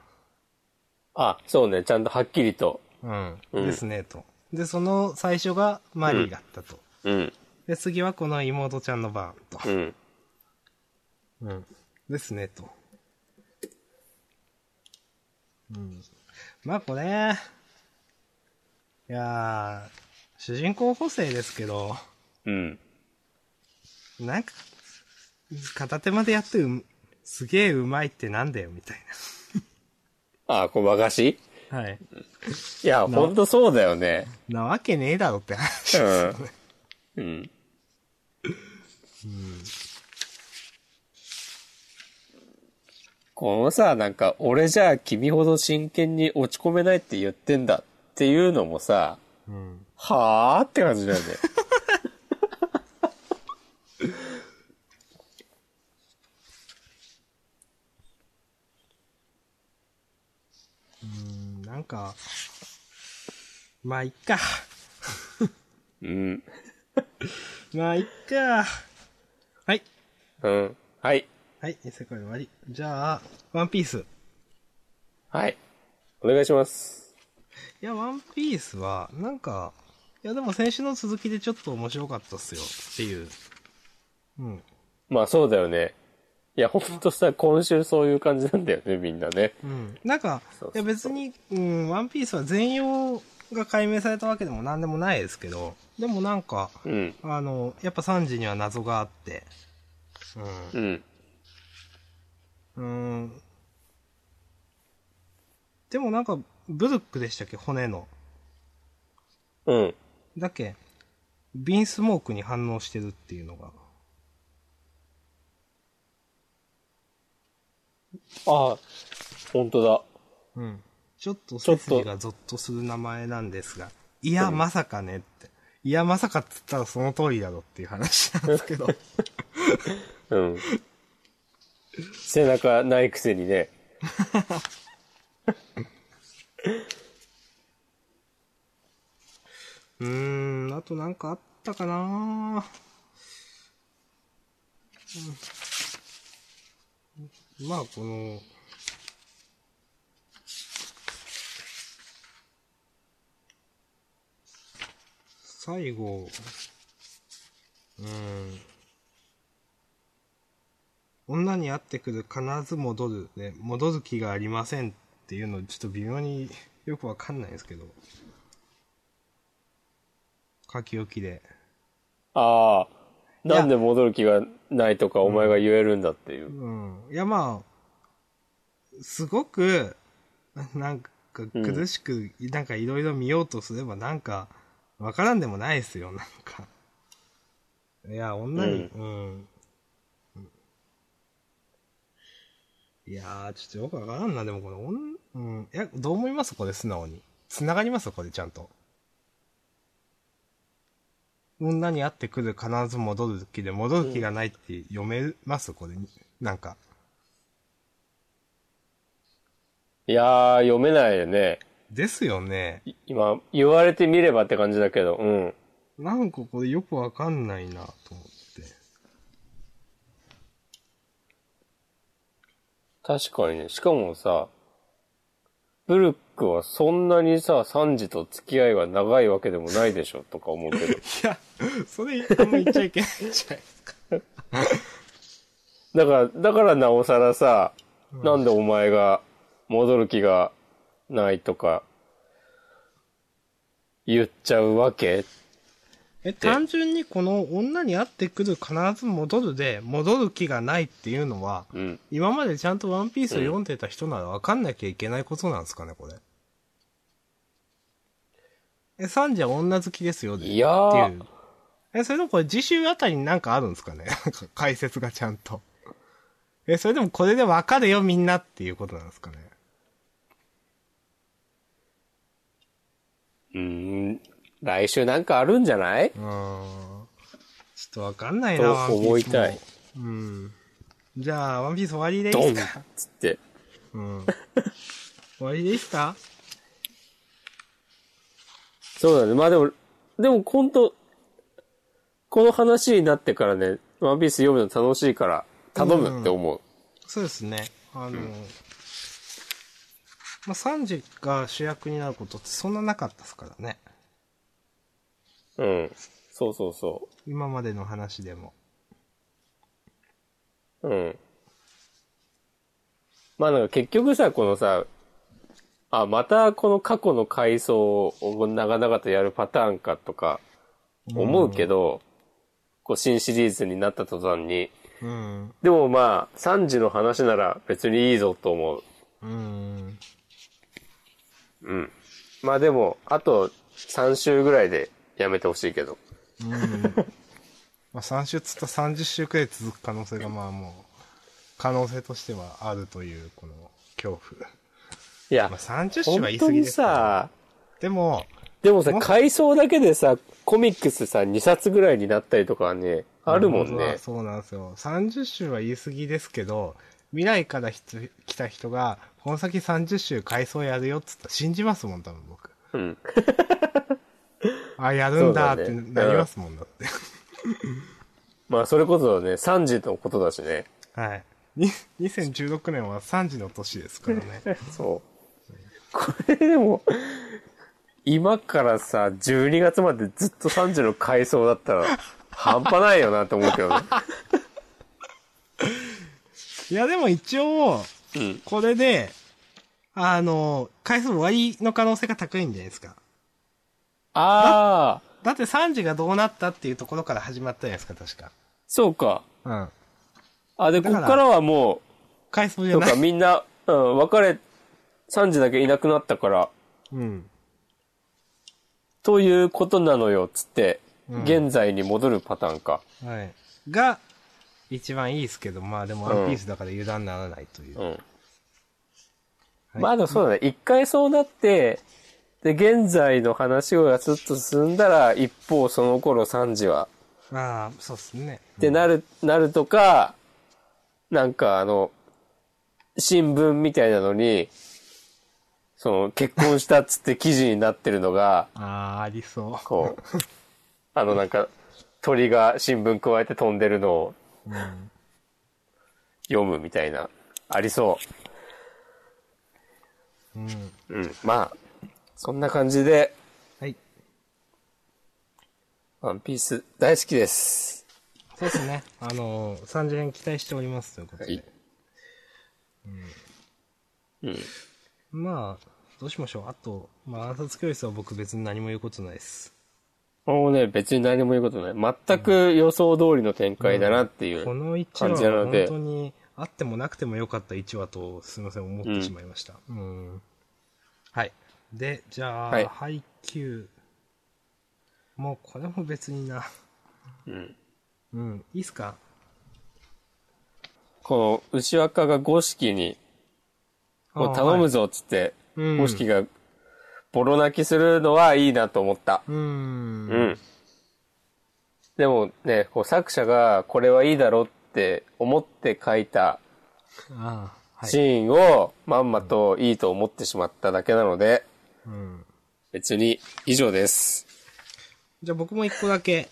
[SPEAKER 1] あ、そうね、ちゃんとはっきりと。
[SPEAKER 2] うん。
[SPEAKER 1] うん
[SPEAKER 2] ですね、と。で、その最初がマリーだったと。
[SPEAKER 1] うん。
[SPEAKER 2] で、次はこの妹ちゃんの番と。
[SPEAKER 1] うん。
[SPEAKER 2] うん。ですね、と。うん。まあ、これ、いやー、主人公補正ですけど、
[SPEAKER 1] うん。
[SPEAKER 2] なんか、片手までやってう、すげえうまいってなんだよ、みたい
[SPEAKER 1] あ、こう和菓子
[SPEAKER 2] な。はい。
[SPEAKER 1] いや、ほんとそうだよね。
[SPEAKER 2] なわけねえだろって話。
[SPEAKER 1] うん。うん。このさ、なんか、俺じゃ君ほど真剣に落ち込めないって言ってんだっていうのもさ、
[SPEAKER 2] うん。
[SPEAKER 1] はぁって感じだよね。
[SPEAKER 2] うん、なんか、まあ、いっか。
[SPEAKER 1] うん。
[SPEAKER 2] まあ、いっか。はい。
[SPEAKER 1] うん。はい。
[SPEAKER 2] はい、世界終わり。じゃあ、ワンピース。
[SPEAKER 1] はい。お願いします。
[SPEAKER 2] いや、ワンピースは、なんか、いや、でも先週の続きでちょっと面白かったっすよ、っていう。うん。
[SPEAKER 1] まあそうだよね。いや、ほんとさ、今週そういう感じなんだよね、みんなね。
[SPEAKER 2] うん。なんか
[SPEAKER 1] そうそう、
[SPEAKER 2] いや別に、うん、ワンピースは全容が解明されたわけでも何でもないですけど、でもなんか、
[SPEAKER 1] うん。
[SPEAKER 2] あの、やっぱ3時には謎があって、
[SPEAKER 1] うん。
[SPEAKER 2] うん。うん。でもなんか、ブルックでしたっけ骨の。
[SPEAKER 1] うん。
[SPEAKER 2] だっけビンスモークに反応してるっていうのが。
[SPEAKER 1] ああ、ほんとだ。
[SPEAKER 2] うん。ちょっと
[SPEAKER 1] ちょっ
[SPEAKER 2] 背
[SPEAKER 1] と
[SPEAKER 2] 筋がゾッとする名前なんですが、いや、まさかねって。いや、まさかって言ったらその通りだろっていう話なんですけ ど。
[SPEAKER 1] うん。背中ないくせにね。
[SPEAKER 2] うーん、あとなんかあったかなうん、まあ、この、最後、うん。女に会ってくる必ず戻るで、戻る気がありませんっていうのちょっと微妙によくわかんないですけど。書き置きで。
[SPEAKER 1] ああ、なんで戻る気がないとかお前が言えるんだっていう。
[SPEAKER 2] うん。いや、まあ、すごく、 なんか苦しく、なんかいろいろ見ようとすれば、なんか、わからんでもないですよ、なんか。いや、女に、うん。いやー、ちょっとよくわからんな、でもこの、おんうん。いや、どう思いますこれ、素直に。繋がりますこれ、ちゃんと。女に会ってくる必ず戻る気で、戻る気がないって読めますこれ、なんか。
[SPEAKER 1] いやー、読めないよね。
[SPEAKER 2] ですよね。
[SPEAKER 1] い今、言われてみればって感じだけど、うん。
[SPEAKER 2] なんかこれよくわかんないなと思って。
[SPEAKER 1] 確かにね。しかもさ、ブルックはそんなにさ、サンジと付き合いが長いわけでもないでしょとか思うけど。
[SPEAKER 2] いや、それあんま言っちゃいけないじゃないですか。
[SPEAKER 1] だから、だからなおさらさ、なんでお前が戻る気がないとか、言っちゃうわけ
[SPEAKER 2] え、単純にこの女に会ってくる必ず戻るで、戻る気がないっていうのは、
[SPEAKER 1] うん。
[SPEAKER 2] 今までちゃんとワンピースを読んでた人ならわかんなきゃいけないことなんですかね、これ。え、サンジは女好きですよ、で。
[SPEAKER 1] いや
[SPEAKER 2] って
[SPEAKER 1] ー
[SPEAKER 2] いう。え、それでもこれ次週あたりになんかあるんですかね なんか解説がちゃんと。え、それでもこれでわかるよみんなっていうことなんですかね。
[SPEAKER 1] うーん、来週なんかあるんじゃないう
[SPEAKER 2] ーん。ちょっとわかんないな、
[SPEAKER 1] と
[SPEAKER 2] ワンピースも
[SPEAKER 1] 思いたい。
[SPEAKER 2] うん。じゃあ、ワンピース終わりで
[SPEAKER 1] ド
[SPEAKER 2] いい
[SPEAKER 1] ン
[SPEAKER 2] ですか
[SPEAKER 1] つって。
[SPEAKER 2] うん。終わりでいいですか
[SPEAKER 1] そうだね。まあでも、でもほんと、この話になってからね、ワンピース読むの楽しいから、頼むって思う。
[SPEAKER 2] そうですね。あの、まあ、サンジが主役になることってそんななかったですからね。
[SPEAKER 1] うん。そうそうそ
[SPEAKER 2] 今までの話でも。
[SPEAKER 1] う。うん。まあなんか結局さ、このさ、あ、またこの過去の回想を長々とやるパターンかとか思うけど、こう新シリーズになった途端に、
[SPEAKER 2] うん。
[SPEAKER 1] でもまあ、3時の話なら別にいいぞと思う。
[SPEAKER 2] うん。
[SPEAKER 1] うん。まあでも、あと3週ぐらいでやめてほしいけど。
[SPEAKER 2] まあ、3週つったら30週くらい続く可能性が、まあもう、可能性としてはあるという、この恐怖。
[SPEAKER 1] いや
[SPEAKER 2] まあ、、30週
[SPEAKER 1] 本
[SPEAKER 2] は言い
[SPEAKER 1] 当
[SPEAKER 2] 過ぎ
[SPEAKER 1] に
[SPEAKER 2] ですから
[SPEAKER 1] さ、
[SPEAKER 2] でも、
[SPEAKER 1] でもさ、回想だけでさ、コミックスさ、2冊ぐらいになったりとかはね、あるもん
[SPEAKER 2] 本当は
[SPEAKER 1] ね。
[SPEAKER 2] そうなんですよ。30週は言い過ぎですけど、未来からひつ来た人が、この先30週回想やるよっつったら信じますもん、多分僕。
[SPEAKER 1] うん。
[SPEAKER 2] あ、やるんだっ
[SPEAKER 1] そう
[SPEAKER 2] て
[SPEAKER 1] だね
[SPEAKER 2] なりますもんだって。
[SPEAKER 1] まあ、それこそね、3時のことだしね。
[SPEAKER 2] はい。に2016年は3時の年ですからね。
[SPEAKER 1] そう。これでも、今からさ、12月までずっと3時の回想だったら、半端ないよなって思うけどね。
[SPEAKER 2] いや、でも一応、
[SPEAKER 1] うん。
[SPEAKER 2] これで、あの、回数終わりの可能性が高いんじゃないですか。
[SPEAKER 1] ああ、
[SPEAKER 2] だって3時がどうなったっていうところから始まったじゃないですか、確か。
[SPEAKER 1] そうか。
[SPEAKER 2] うん。
[SPEAKER 1] あ、で、こ
[SPEAKER 2] だか
[SPEAKER 1] っ
[SPEAKER 2] ら
[SPEAKER 1] からはも
[SPEAKER 2] 回想
[SPEAKER 1] う、
[SPEAKER 2] じ
[SPEAKER 1] と
[SPEAKER 2] ゃな
[SPEAKER 1] か
[SPEAKER 2] い。
[SPEAKER 1] みんな、うん、別れ、3時だけいなくなったから、
[SPEAKER 2] うん。
[SPEAKER 1] ということなのよ、つって、
[SPEAKER 2] うん
[SPEAKER 1] 現在に戻るパターンか。
[SPEAKER 2] はい。が、一番いいですけど、まあでもワンピースだから油断ならないという。
[SPEAKER 1] うん。まあでもそうだね。一回そうなって、で、現在の話がずっと進んだら、一方その頃サンジは、
[SPEAKER 2] ああ、そうですね。
[SPEAKER 1] ってなる、なるとか、なんかあの、新聞みたいなのに、その、結婚したっつって記事になってるの が、
[SPEAKER 2] ああ、ありそう。
[SPEAKER 1] こう、あのなんか、鳥が新聞加えて飛んでるのを読むみたいな、ありそう。うん。まあ、そんな感じで、
[SPEAKER 2] はい。
[SPEAKER 1] ワンピース大好きです。
[SPEAKER 2] そうですね。あのー、三次元期待しておりますということで。
[SPEAKER 1] はい
[SPEAKER 2] まあ、どうしましょう。あと、まあ、暗殺教室は僕別に何も言うことないです。
[SPEAKER 1] もうね、別に何も言うことない。全く予想通りの展開だなっていう。
[SPEAKER 2] この1
[SPEAKER 1] 感じな
[SPEAKER 2] 話は
[SPEAKER 1] ので
[SPEAKER 2] 本当にあってもなくてもよかった1話と、すみません、思ってしまいました。うん。はい。で、じゃあ、
[SPEAKER 1] はい
[SPEAKER 2] 配給。もうこれも別にな。
[SPEAKER 1] うん
[SPEAKER 2] うん。いいっすか
[SPEAKER 1] この牛若が五色に、
[SPEAKER 2] あ
[SPEAKER 1] も
[SPEAKER 2] ー
[SPEAKER 1] う頼む
[SPEAKER 2] はい
[SPEAKER 1] ぞっつって、
[SPEAKER 2] うん
[SPEAKER 1] 五色がボロ泣きするのはいいなと思った。
[SPEAKER 2] う。
[SPEAKER 1] うんん。でもね、こう作者がこれはいいだろうって思って書いた
[SPEAKER 2] ああ、はい
[SPEAKER 1] シ。ーンをまんまといいと思ってしまっただけなので、
[SPEAKER 2] うん。
[SPEAKER 1] 別に以上です。
[SPEAKER 2] じゃあ僕も一個だけ、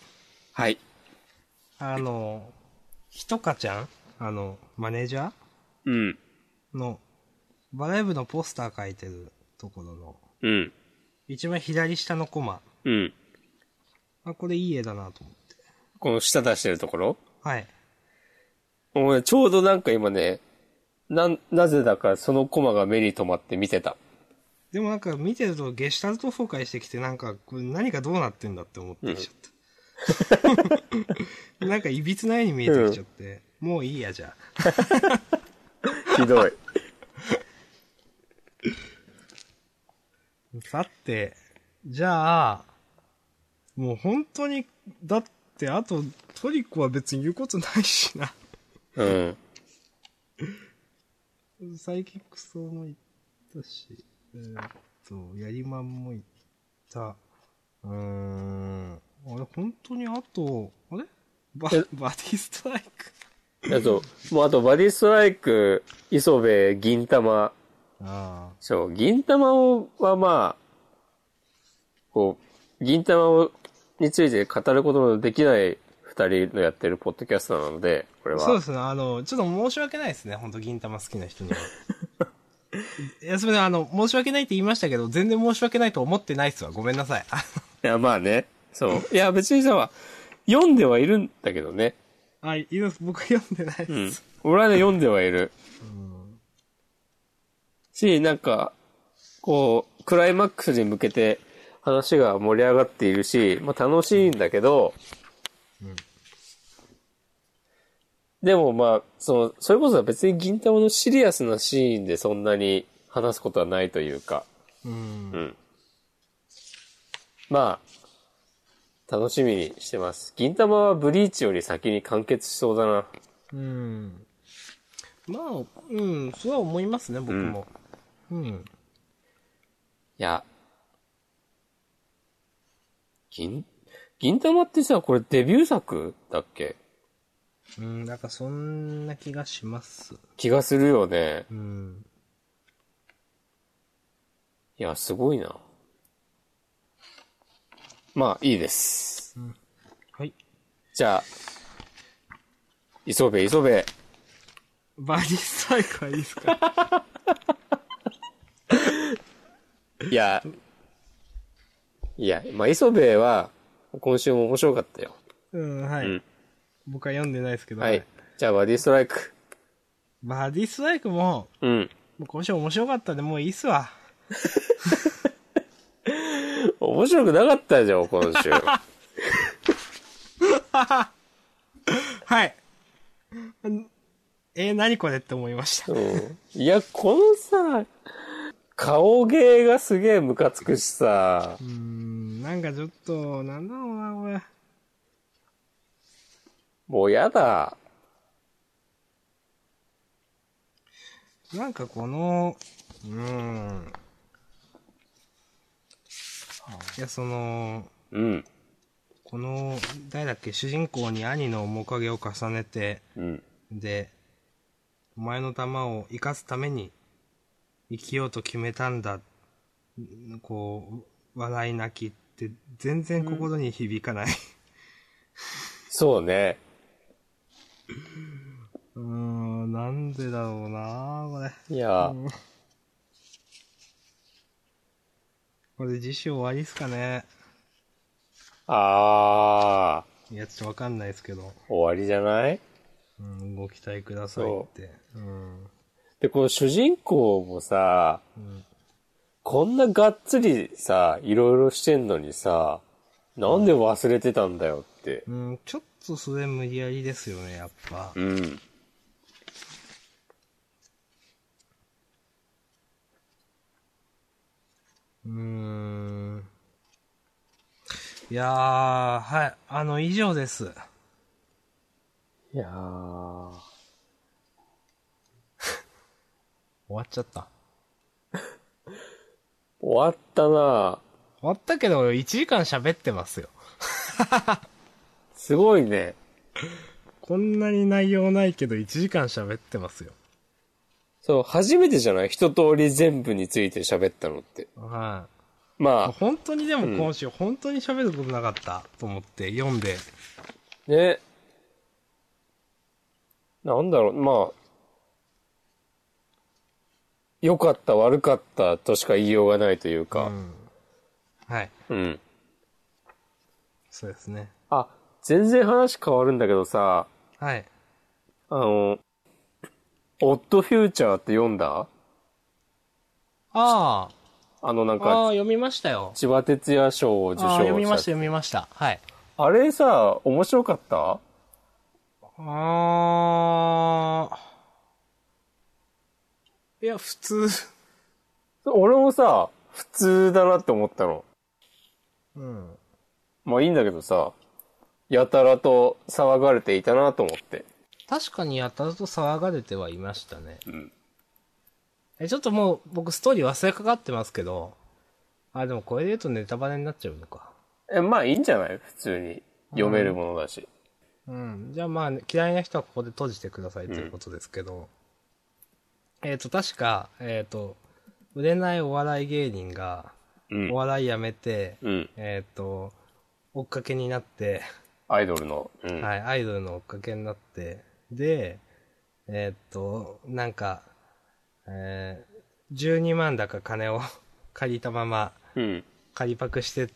[SPEAKER 1] はい。
[SPEAKER 2] あの、ひとかちゃんあの、マネージャ
[SPEAKER 1] うん。
[SPEAKER 2] ーの、バラエブのポスター書いてるところの、
[SPEAKER 1] うん。
[SPEAKER 2] 一番左下のコマ。
[SPEAKER 1] うん。
[SPEAKER 2] あ、これいい絵だなと思って。
[SPEAKER 1] この舌出してるところ
[SPEAKER 2] はい。
[SPEAKER 1] もうねちょうどなんか今ね、なん、なぜだかそのコマが目に留まって見てた。
[SPEAKER 2] でもなんか見てるとゲシュタルト崩壊してきてなんかこれ何がどうなってんだって思ってきちゃった。なんかいびつな絵に見えてきちゃって、もういいやじゃあ。
[SPEAKER 1] ひどい。
[SPEAKER 2] さて、じゃあ、もう本当に、だってあとトリコは別に言うことないしな。
[SPEAKER 1] うん。
[SPEAKER 2] サイキックスも行ったし、えーっと、やりまんも行った。うーん。あれ、本当にあと、あれバ、バデ
[SPEAKER 1] え
[SPEAKER 2] ィストライク。
[SPEAKER 1] あと、もうあとバディストライク、磯部、銀玉、
[SPEAKER 2] あ
[SPEAKER 1] そう、銀玉をはまあ、こう、銀玉をについて語ることのできない二人のやってるポッドキャストなので、これ
[SPEAKER 2] あ。
[SPEAKER 1] は。
[SPEAKER 2] そうですね。あの、ちょっと申し訳ないですね。本当銀玉好きな 人には。いや、すみません。あの、申し訳ないって言いましたけど、全然申し訳ないと思ってないっすわ。ごめんな さい。あ
[SPEAKER 1] いや、まあね。そう。いや、別にさ、読んではいるんだけどね。
[SPEAKER 2] あ、いいです。僕読んでないです。
[SPEAKER 1] うん。俺はね、読んではいる。し、なんか、こう、クライマックスに向けて話が盛り上がっているし、まあ楽しいんだけど、でもまあ、その、それこそ別に銀玉のシリアスなシーンでそんなに話すことはないというか、
[SPEAKER 2] うん。
[SPEAKER 1] うん。まあ、楽しみにしてます。銀玉はブリーチより先に完結しそうだな。
[SPEAKER 2] うん。まあ、うん、そうは思いますね、僕も。うん
[SPEAKER 1] いや、銀、銀玉ってさ、これデビュー作だっけ
[SPEAKER 2] うん、なんかそんな気がします。
[SPEAKER 1] 気がするよね。
[SPEAKER 2] うん。
[SPEAKER 1] いや、すごいな。まあ、いいです。
[SPEAKER 2] はい。
[SPEAKER 1] じゃあ、磯部、磯部。
[SPEAKER 2] バディストライクはいいですか
[SPEAKER 1] いや、いや、まあ、磯部は、今週も面白かったよ。
[SPEAKER 2] うん、はい、
[SPEAKER 1] うん
[SPEAKER 2] 僕は読んでないですけど、
[SPEAKER 1] はい。じゃあ、バディストライク。
[SPEAKER 2] バディストライクも、
[SPEAKER 1] うん。
[SPEAKER 2] もう今週面白かったんで、もういいっすわ。
[SPEAKER 1] 面白くなかったじゃん、今週。
[SPEAKER 2] はい。うんえー何これって思いました。
[SPEAKER 1] うんいや、このさ、顔芸がすげえムカつくしさ
[SPEAKER 2] う、ん、なんかちょっと、なんだろうな、これ。
[SPEAKER 1] もうやだ。
[SPEAKER 2] なんかこの、うーん。いや、その、
[SPEAKER 3] うん。
[SPEAKER 2] この、誰だっけ、主人公に兄の面影を重ねて、
[SPEAKER 3] うん。
[SPEAKER 2] で、お前の玉を生かすために生きようと決めたんだ。んこう、笑い泣きって全然心に響かない。
[SPEAKER 1] そうね。
[SPEAKER 2] うーん、なんでだろうなこれ。
[SPEAKER 1] いや、
[SPEAKER 2] これ次週終わりっすかね。
[SPEAKER 1] あ
[SPEAKER 2] いや、ちょっとわかんないですけど。
[SPEAKER 1] ー、終わりじゃない
[SPEAKER 2] うん、ご期待くださいって。うん。
[SPEAKER 1] で、この主人公もさ、こんながっつりさ、いろいろしてんのにさ、なんで忘れてたんだよって。
[SPEAKER 2] うん、ちょっとそれ無理やりですよね、やっぱ。
[SPEAKER 1] うん。
[SPEAKER 2] うーん。いやー、はい。あの、以上です。
[SPEAKER 1] いやー、
[SPEAKER 2] 終わっちゃった。
[SPEAKER 1] 終わったな
[SPEAKER 2] 終わったけど、俺1時間喋ってますよ。
[SPEAKER 1] すごいね。
[SPEAKER 2] こんなに内容ないけど、1時間喋ってますよ。
[SPEAKER 1] そう、初めてじゃない一通り全部について喋ったのって。
[SPEAKER 2] は
[SPEAKER 1] ま
[SPEAKER 2] い。本当にでも今週、本当に喋ることなかったと思って、読んで。
[SPEAKER 1] あ、ね。なんだろう、まあ、良かった、悪かったとしか言いようがないという
[SPEAKER 2] う
[SPEAKER 1] か。
[SPEAKER 2] ん。はい。
[SPEAKER 1] うん。
[SPEAKER 2] そうですね。
[SPEAKER 1] あ、全然話変わるんだけどさ、
[SPEAKER 2] はい。
[SPEAKER 1] あの、オッドフューチャーって読んだ
[SPEAKER 2] あー、
[SPEAKER 1] あのなん
[SPEAKER 2] あー
[SPEAKER 1] か、
[SPEAKER 2] 読みましたよ。
[SPEAKER 1] 千葉哲也賞を受賞
[SPEAKER 2] あー読みました、
[SPEAKER 1] した。
[SPEAKER 2] 読みました。はい。
[SPEAKER 1] あれさ、面白かった
[SPEAKER 2] あー。いや、普通。
[SPEAKER 1] 俺もさ、普通だなって思ったの。
[SPEAKER 2] うん。
[SPEAKER 1] まあいいんだけどさ、やたらと騒がれていたなと思って。
[SPEAKER 2] 確かにやたらと騒がれてはいましたね。
[SPEAKER 1] ん
[SPEAKER 2] え、ちょっともう僕ストーリー忘れかかってますけど、あ、でもこれで言うとネタバレになっちゃうのか。
[SPEAKER 1] え、まあいいんじゃない普通に。読めるものだし。
[SPEAKER 2] うん。じゃあまあ、嫌いな人はここで閉じてくださいということですけど、えっ、と、確か、えっ、と、売れないお笑い芸人が、
[SPEAKER 1] うん
[SPEAKER 2] お笑いやめて、
[SPEAKER 1] うん。
[SPEAKER 2] えっ、と、追っかけになって、
[SPEAKER 1] アイドルの。うん。
[SPEAKER 2] はい、アイドルの追っかけになって、で、えーっと、なんか、えー12万だか金を 借りたまま、
[SPEAKER 1] うん。
[SPEAKER 2] 借りパクして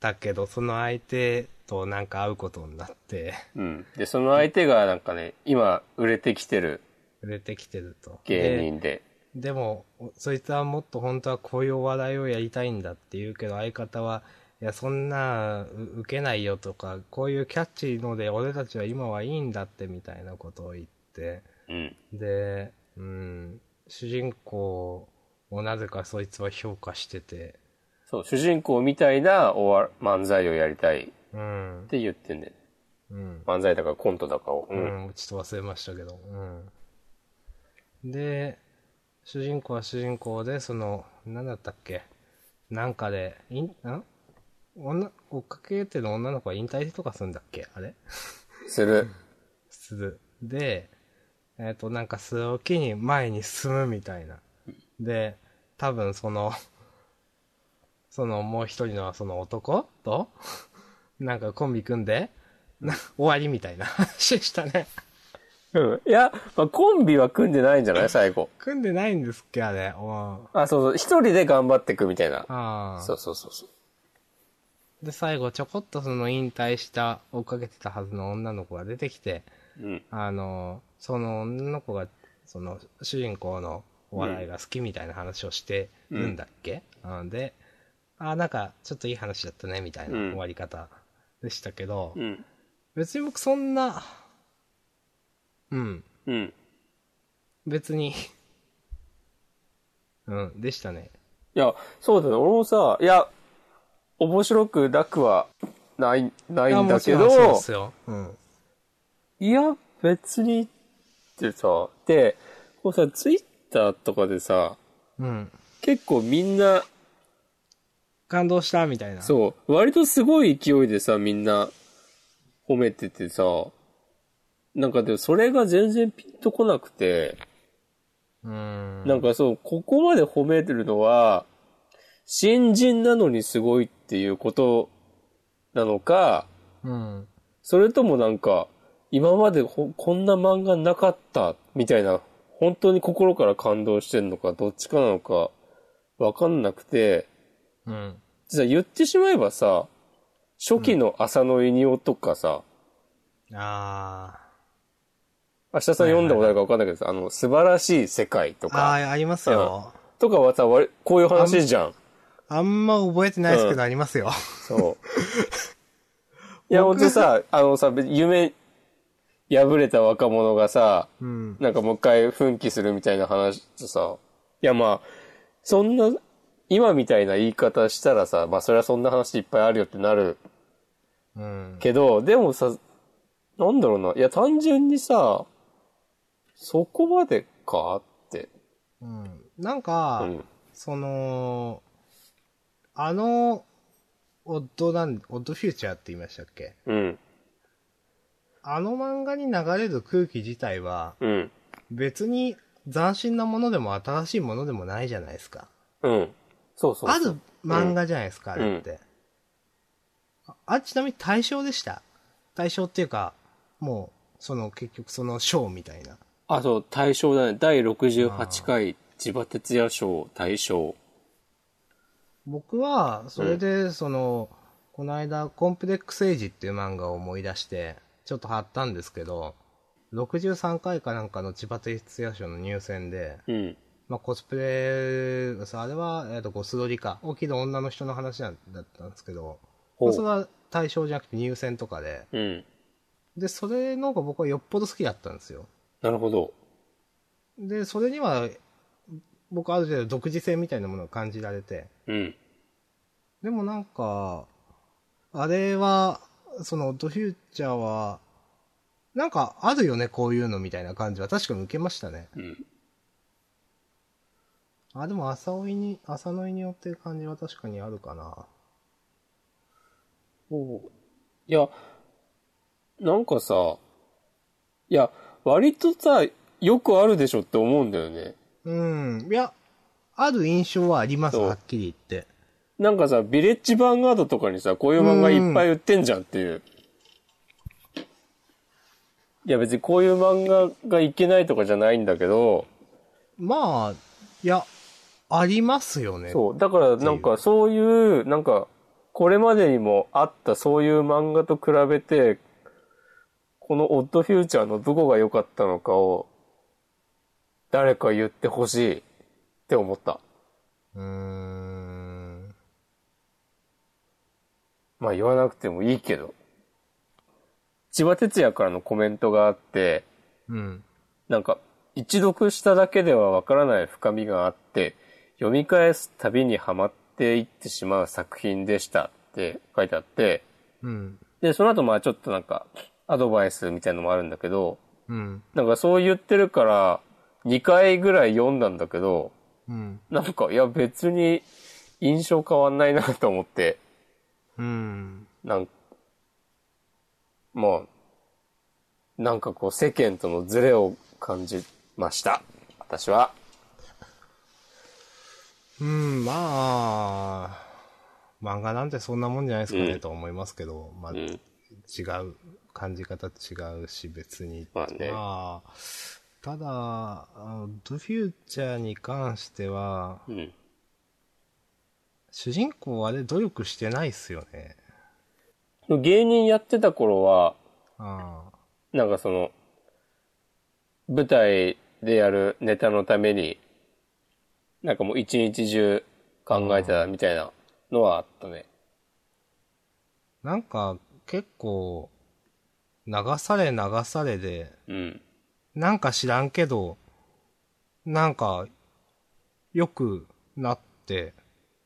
[SPEAKER 2] たけど、その相手となんか会うことになって、
[SPEAKER 1] うん。で、その相手がなんかね、今売れてきてる
[SPEAKER 2] 売れてきてると。
[SPEAKER 1] 芸人で。
[SPEAKER 2] で。でも、そいつはもっと本当はこういうお笑いをやりたいんだって言うけど、相方は、いや、そんな、う受けないよとか、こういうキャッチーので、俺たちは今はいいんだってみたいなことを言って、
[SPEAKER 1] うん。
[SPEAKER 2] で、うん、主人公をなぜかそいつは評価してて、
[SPEAKER 1] そう、主人公みたいなおわ漫才をやりたいっ
[SPEAKER 2] うん、
[SPEAKER 1] て言ってんだよね。
[SPEAKER 2] うん、
[SPEAKER 1] 漫才だかコントだかを。う。
[SPEAKER 2] うんん、ちょっと忘れましたけど、うん。で、主人公は主人公で、その、なんだったっけ、なんかで、いん、ん女、追っかけてる女の子は引退とかするんだっけあれ
[SPEAKER 1] する。
[SPEAKER 2] する。で、えっ、と、なんかそれを機に前に進むみたいな。で、多分その、 そのもう一人のその男と、 なんかコンビ組んで、な終わりみたいな 話でしたね。
[SPEAKER 1] うん。いや、まあ、コンビは組んでないんじゃない最後。
[SPEAKER 2] 組んでないんですっけあれ。お
[SPEAKER 1] あ、そうそう。一人で頑張ってくみたいな。
[SPEAKER 2] ああ
[SPEAKER 1] そうそうそうそう。
[SPEAKER 2] で、最後ちょこっとその引退した、追っかけてたはずの女の子が出てきて、
[SPEAKER 1] うん。
[SPEAKER 2] あの、その女の子が、その主人公のお笑いが好きみたいな話をしてるんだっけ、うん、で、あーなんかちょっといい話だったねみたいな
[SPEAKER 1] うん
[SPEAKER 2] 終わり方でしたけど、
[SPEAKER 1] うん。
[SPEAKER 2] 別に僕そんな、うん、
[SPEAKER 1] うん。
[SPEAKER 2] 別に、うん、でしたね。
[SPEAKER 1] いや、そうだね。俺もさ、いや、面白くなくはない、ないんだけ
[SPEAKER 2] あもちろんそうで
[SPEAKER 1] ど、
[SPEAKER 2] すよ。うん。
[SPEAKER 1] いや、別にってさ、で、こうさ、ツイッターとかでさ、
[SPEAKER 2] うん。
[SPEAKER 1] 結構みんな、
[SPEAKER 2] 感動したみたいな。う。
[SPEAKER 1] そう、割とすごい勢いでさ、みんな褒めててさ、なんかでもそれが全然ピンとこなくて、
[SPEAKER 2] うん。
[SPEAKER 1] なんかそう、ここまで褒めてるのは、新人なのにすごいっていうことなのか、
[SPEAKER 2] うん。
[SPEAKER 1] それともなんか、今までほこんな漫画なかったみたいな、本当に心から感動してんのか、どっちかなのか、わかんなくて、
[SPEAKER 2] うん。
[SPEAKER 1] 実は言ってしまえばさ、初期の浅野稲夫とかさ、
[SPEAKER 2] あ
[SPEAKER 1] 明日さん読んだことあるかわかんないけどさ、あの、素晴らしい世界と
[SPEAKER 2] ー。あ
[SPEAKER 1] か、
[SPEAKER 2] ー、ありますよ。
[SPEAKER 1] とかはさ、割こういう話じゃん。
[SPEAKER 2] あんま覚えてないですけ
[SPEAKER 1] うん
[SPEAKER 2] ど、ありますよ。
[SPEAKER 1] そう。いや、ほんとさ、あのさ、別に夢、破れた若者がさ、
[SPEAKER 2] うん。
[SPEAKER 1] なんかもう一回奮起するみたいな話とさ、いやまあ、そんな、今みたいな言い方したらさ、まあそれはそんな話いっぱいあるよってなる
[SPEAKER 2] うん。
[SPEAKER 1] けど、でもさ、なんだろうな、いや単純にさ、そこまでかって。
[SPEAKER 2] うんなんか、
[SPEAKER 1] うん。
[SPEAKER 2] その、あの、オッドなん、オッドフューチャーって言いましたっけ
[SPEAKER 1] うん。
[SPEAKER 2] あの漫画に流れる空気自体は、
[SPEAKER 1] うん。
[SPEAKER 2] 別に斬新なものでも新しいものでもないじゃないですか。
[SPEAKER 1] うん。そうそうそう。
[SPEAKER 2] ある漫画じゃないですか、
[SPEAKER 1] うん
[SPEAKER 2] あれって。ああ、ちなみに対象でした。対象っていうか、もう、その結局その賞みたいな。
[SPEAKER 1] あ、そう、大賞だね。第68回千葉哲也賞大賞。
[SPEAKER 2] 僕は、それで、その、この間、コンプレックスエイジっていう漫画を思い出して、ちょっと貼ったんですけど、63回かなんかの千葉哲也賞の入選で、
[SPEAKER 1] うん。
[SPEAKER 2] まあ、コスプレ、そうあれは、えっ、と、ゴスロリか、起きる女の人の話なんだったんですけど、
[SPEAKER 1] ほう
[SPEAKER 2] まあそれは対象じゃなくて入選とかで、
[SPEAKER 1] うん。
[SPEAKER 2] で、それの方が僕はよっぽど好きだったんですよ。
[SPEAKER 1] なるほど。
[SPEAKER 2] で、それには、僕ある程度独自性みたいなものを感じられて、
[SPEAKER 1] うん。
[SPEAKER 2] でもなんか、あれは、その、ドフューチャーは、なんかあるよね、こういうのみたいな感じは確かに受けましたね。
[SPEAKER 1] うん。
[SPEAKER 2] あ、でも朝追いに、朝のいによってる感じは確かにあるかな。
[SPEAKER 1] いや、なんかさ、いや、割とさ、よくあるでしょって思うんだよね。
[SPEAKER 2] うん。いや、ある印象はあります、
[SPEAKER 1] そう
[SPEAKER 2] はっきり言って。
[SPEAKER 1] なんかさ、ビレッジヴァンガードとかにさ、こういう漫画いっぱい売ってんじゃんっていう。いや別にこういう漫画がいけないとかじゃないんだけど、
[SPEAKER 2] まあ、いや、ありますよね。
[SPEAKER 1] そう。だから、なんか、そういう、なんか、これまでにもあったそういう漫画と比べて、このオッドフューチャーのどこが良かったのかを、誰か言ってほしいって思った。
[SPEAKER 2] う。うーん。
[SPEAKER 1] まあ言わなくてもいいけど。千葉哲也からのコメントがあって、
[SPEAKER 2] うん。
[SPEAKER 1] なんか、一読しただけではわからない深みがあって、読み返すたびにはまっていってしまう作品でしたって書いてあって、
[SPEAKER 2] うん。
[SPEAKER 1] で、その後まあちょっとなんか、アドバイスみたいのもあるんだけど、
[SPEAKER 2] うん。
[SPEAKER 1] なんかそう言ってるから、2回ぐらい読んだんだけど、
[SPEAKER 2] うん。
[SPEAKER 1] なんか、いや別に印象変わんないなと思って、
[SPEAKER 2] うん。
[SPEAKER 1] なんか、まあ、なんかこう世間とのズレを感じました。私は。
[SPEAKER 2] うん、まあ、漫画なんてそんなもんじゃないですかね、
[SPEAKER 1] うん
[SPEAKER 2] と思いますけど、まあ、違
[SPEAKER 1] ん
[SPEAKER 2] う、感じ方違うし、別に。
[SPEAKER 1] まあね
[SPEAKER 2] まあただ、あのドゥフューチャーに関しては、
[SPEAKER 1] うん。
[SPEAKER 2] 主人公あれ努力してないっすよね。
[SPEAKER 1] 芸人やってた頃は、
[SPEAKER 2] ああ
[SPEAKER 1] なんかその、舞台でやるネタのために、なんかもう一日中考えてたみたいなのはあったね。
[SPEAKER 2] なんか、結構、流され流されで、
[SPEAKER 1] うん。
[SPEAKER 2] なんか知らんけど、なんか、よくなって、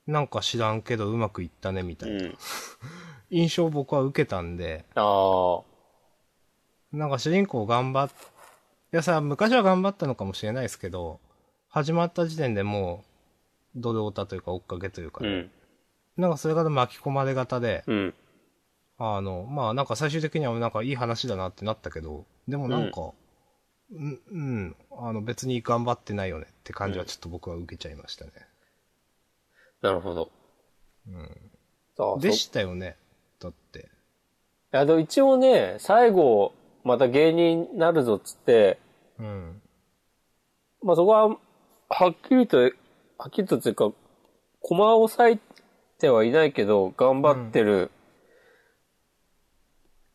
[SPEAKER 2] なんか知らんけどうまくいったねみた
[SPEAKER 1] う
[SPEAKER 2] いな、
[SPEAKER 1] ん。
[SPEAKER 2] 印象を僕は受けたんで、
[SPEAKER 1] ああ。
[SPEAKER 2] なんか主人公頑張っ、いやさ、昔は頑張ったのかもしれないですけど、始まった時点でもう、ドルオタというか追っかけというか、
[SPEAKER 1] うん。
[SPEAKER 2] なんかそれから巻き込まれ型で、
[SPEAKER 1] うん。
[SPEAKER 2] あの、まあなんか最終的にはなんかいい話だなってなったけど、でもなんか、うん、うん、あの別に頑張ってないよねって感じはちょっと僕は受けちゃいましたね。
[SPEAKER 1] なるほど。うん。
[SPEAKER 2] でしたよね。だって。
[SPEAKER 1] あの、一応ね、最後、また芸人になるぞっつって、
[SPEAKER 2] うん。
[SPEAKER 1] まあ、そこは、はっきりと、はっきりとというか、駒を押さえてはいないけど、頑張ってる、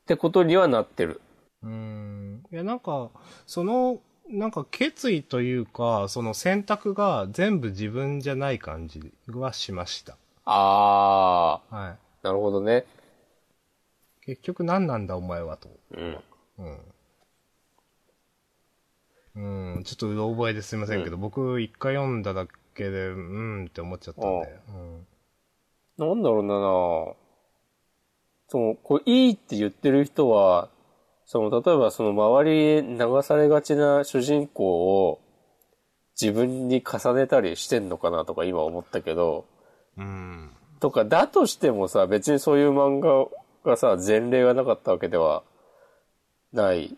[SPEAKER 1] ってことにはなってる。
[SPEAKER 2] うーん。いやなんか、その、なんか決意というか、その選択が全部自分じゃない感じはしました。
[SPEAKER 1] あ
[SPEAKER 2] はい。
[SPEAKER 1] ー、なるほどね。
[SPEAKER 2] 結局何なんだお前はと。
[SPEAKER 1] うん。
[SPEAKER 2] うん。うん、ちょっとうろ覚えですいませんけど、僕一回読んだだけで、うんって思っちゃったんで。うん。
[SPEAKER 1] なんだろうなその、これいいって言ってる人は、その、例えばその周りへ流されがちな主人公を自分に重ねたりしてんのかなとか今思ったけど、
[SPEAKER 2] うん。
[SPEAKER 1] とか、だとしてもさ、別にそういう漫画がさ、前例がなかったわけではない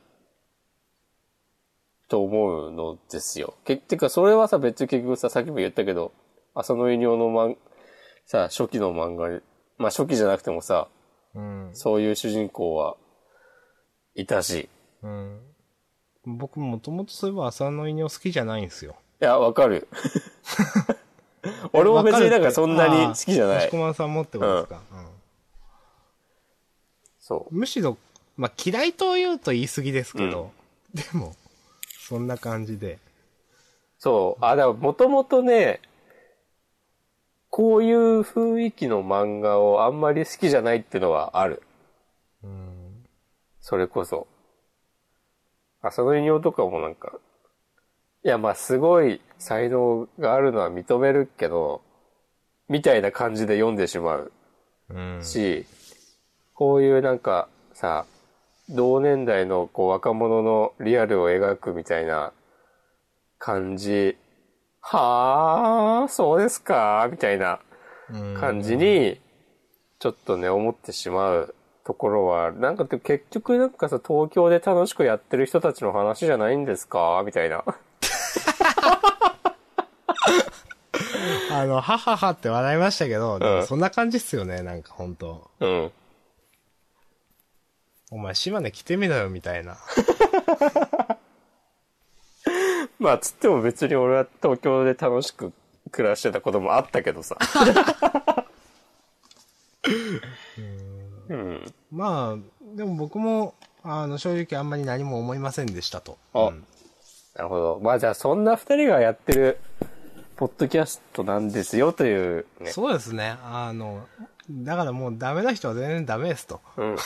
[SPEAKER 1] と思うのですよ。けってか、それはさ、別に結局さ、さっきも言ったけど、浅野犬の漫さ、初期の漫画に、まあ初期じゃなくてもさ、
[SPEAKER 2] うん。
[SPEAKER 1] そういう主人公はいたし。
[SPEAKER 2] うん。僕もともとそういえば浅野犬好きじゃないんですよ。
[SPEAKER 1] いや、わか る。俺も別になんかそんなに好きじゃ
[SPEAKER 2] あ
[SPEAKER 1] な
[SPEAKER 2] ー
[SPEAKER 1] い
[SPEAKER 2] 橋。駒さんもってことですか。うん
[SPEAKER 1] そう。
[SPEAKER 2] むしろ、まあ、嫌いと言うと言い過ぎですけど、でも、そんな感じで。
[SPEAKER 1] そう。あ、だからもともとね、こういう雰囲気の漫画をあんまり好きじゃないっていうのはある。
[SPEAKER 2] うん。
[SPEAKER 1] それこそ。浅野犬とかもなんか、いや、まあすごい才能があるのは認めるけど、みたいな感じで読んでしまう
[SPEAKER 2] うん。
[SPEAKER 1] し、こういうなんかさ、同年代のこう若者のリアルを描くみたいな感じ、はあ、そうですか、みたいな
[SPEAKER 2] うん
[SPEAKER 1] 感じに、ちょっとね、思ってしまうところは、なんかでも結局なんかさ、東京で楽しくやってる人たちの話じゃないんですかみたいな。
[SPEAKER 2] あの、はははって笑いましたけど、で
[SPEAKER 1] う
[SPEAKER 2] も
[SPEAKER 1] ん
[SPEAKER 2] そんな感じっすよね、なんか本当
[SPEAKER 1] うん。
[SPEAKER 2] お前、島根来てみろよ、みたいな。
[SPEAKER 1] まあ、つっても別に俺は東京で楽しく暮らしてたこともあったけどさ。うん。
[SPEAKER 2] まあ、でも僕も、あの、正直あんまり何も思いませんでしたと。
[SPEAKER 1] あ、
[SPEAKER 2] うん
[SPEAKER 1] なるほど。まあじゃあそんな二人がやってる、ポッドキャストなんですよというね。
[SPEAKER 2] そうですね。あの、だからもうダメな人は全然ダメですと。
[SPEAKER 1] うん。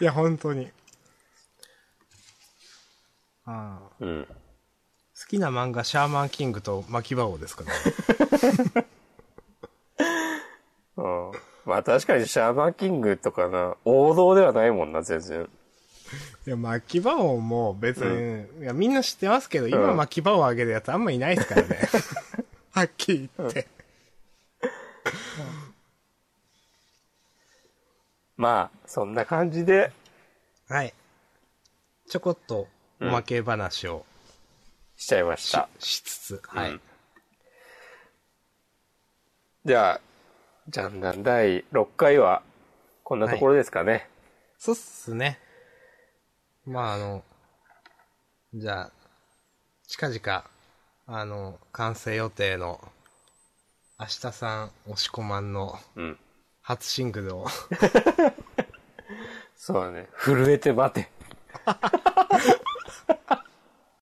[SPEAKER 2] いや、本当に。ああ
[SPEAKER 1] うん。
[SPEAKER 2] 好きな漫画、シャーマンキングと巻き場王ですから、ね。
[SPEAKER 1] うんまあ確かにシャーマンキングとかな、王道ではないもんな、全然。
[SPEAKER 2] いや、巻き場王も別に、いや、みんな知ってますけど、今巻き場王あげるやつあんまいないです からね。はっきり言って。
[SPEAKER 1] まあ、そんな感じで、
[SPEAKER 2] はい。ちょこっと、おまけ話を
[SPEAKER 1] しちゃいまし
[SPEAKER 2] し,、
[SPEAKER 1] た。
[SPEAKER 2] つつ、はい。
[SPEAKER 1] うんじゃあ、じゃんだん第6回は、こんなところですかね。
[SPEAKER 2] そうっすね。まあ、あの、じゃあ、近々、あの、完成予定の、明日さん押し込まんの
[SPEAKER 1] うん。
[SPEAKER 2] 初シングルを、
[SPEAKER 1] そうだね。震えて待て。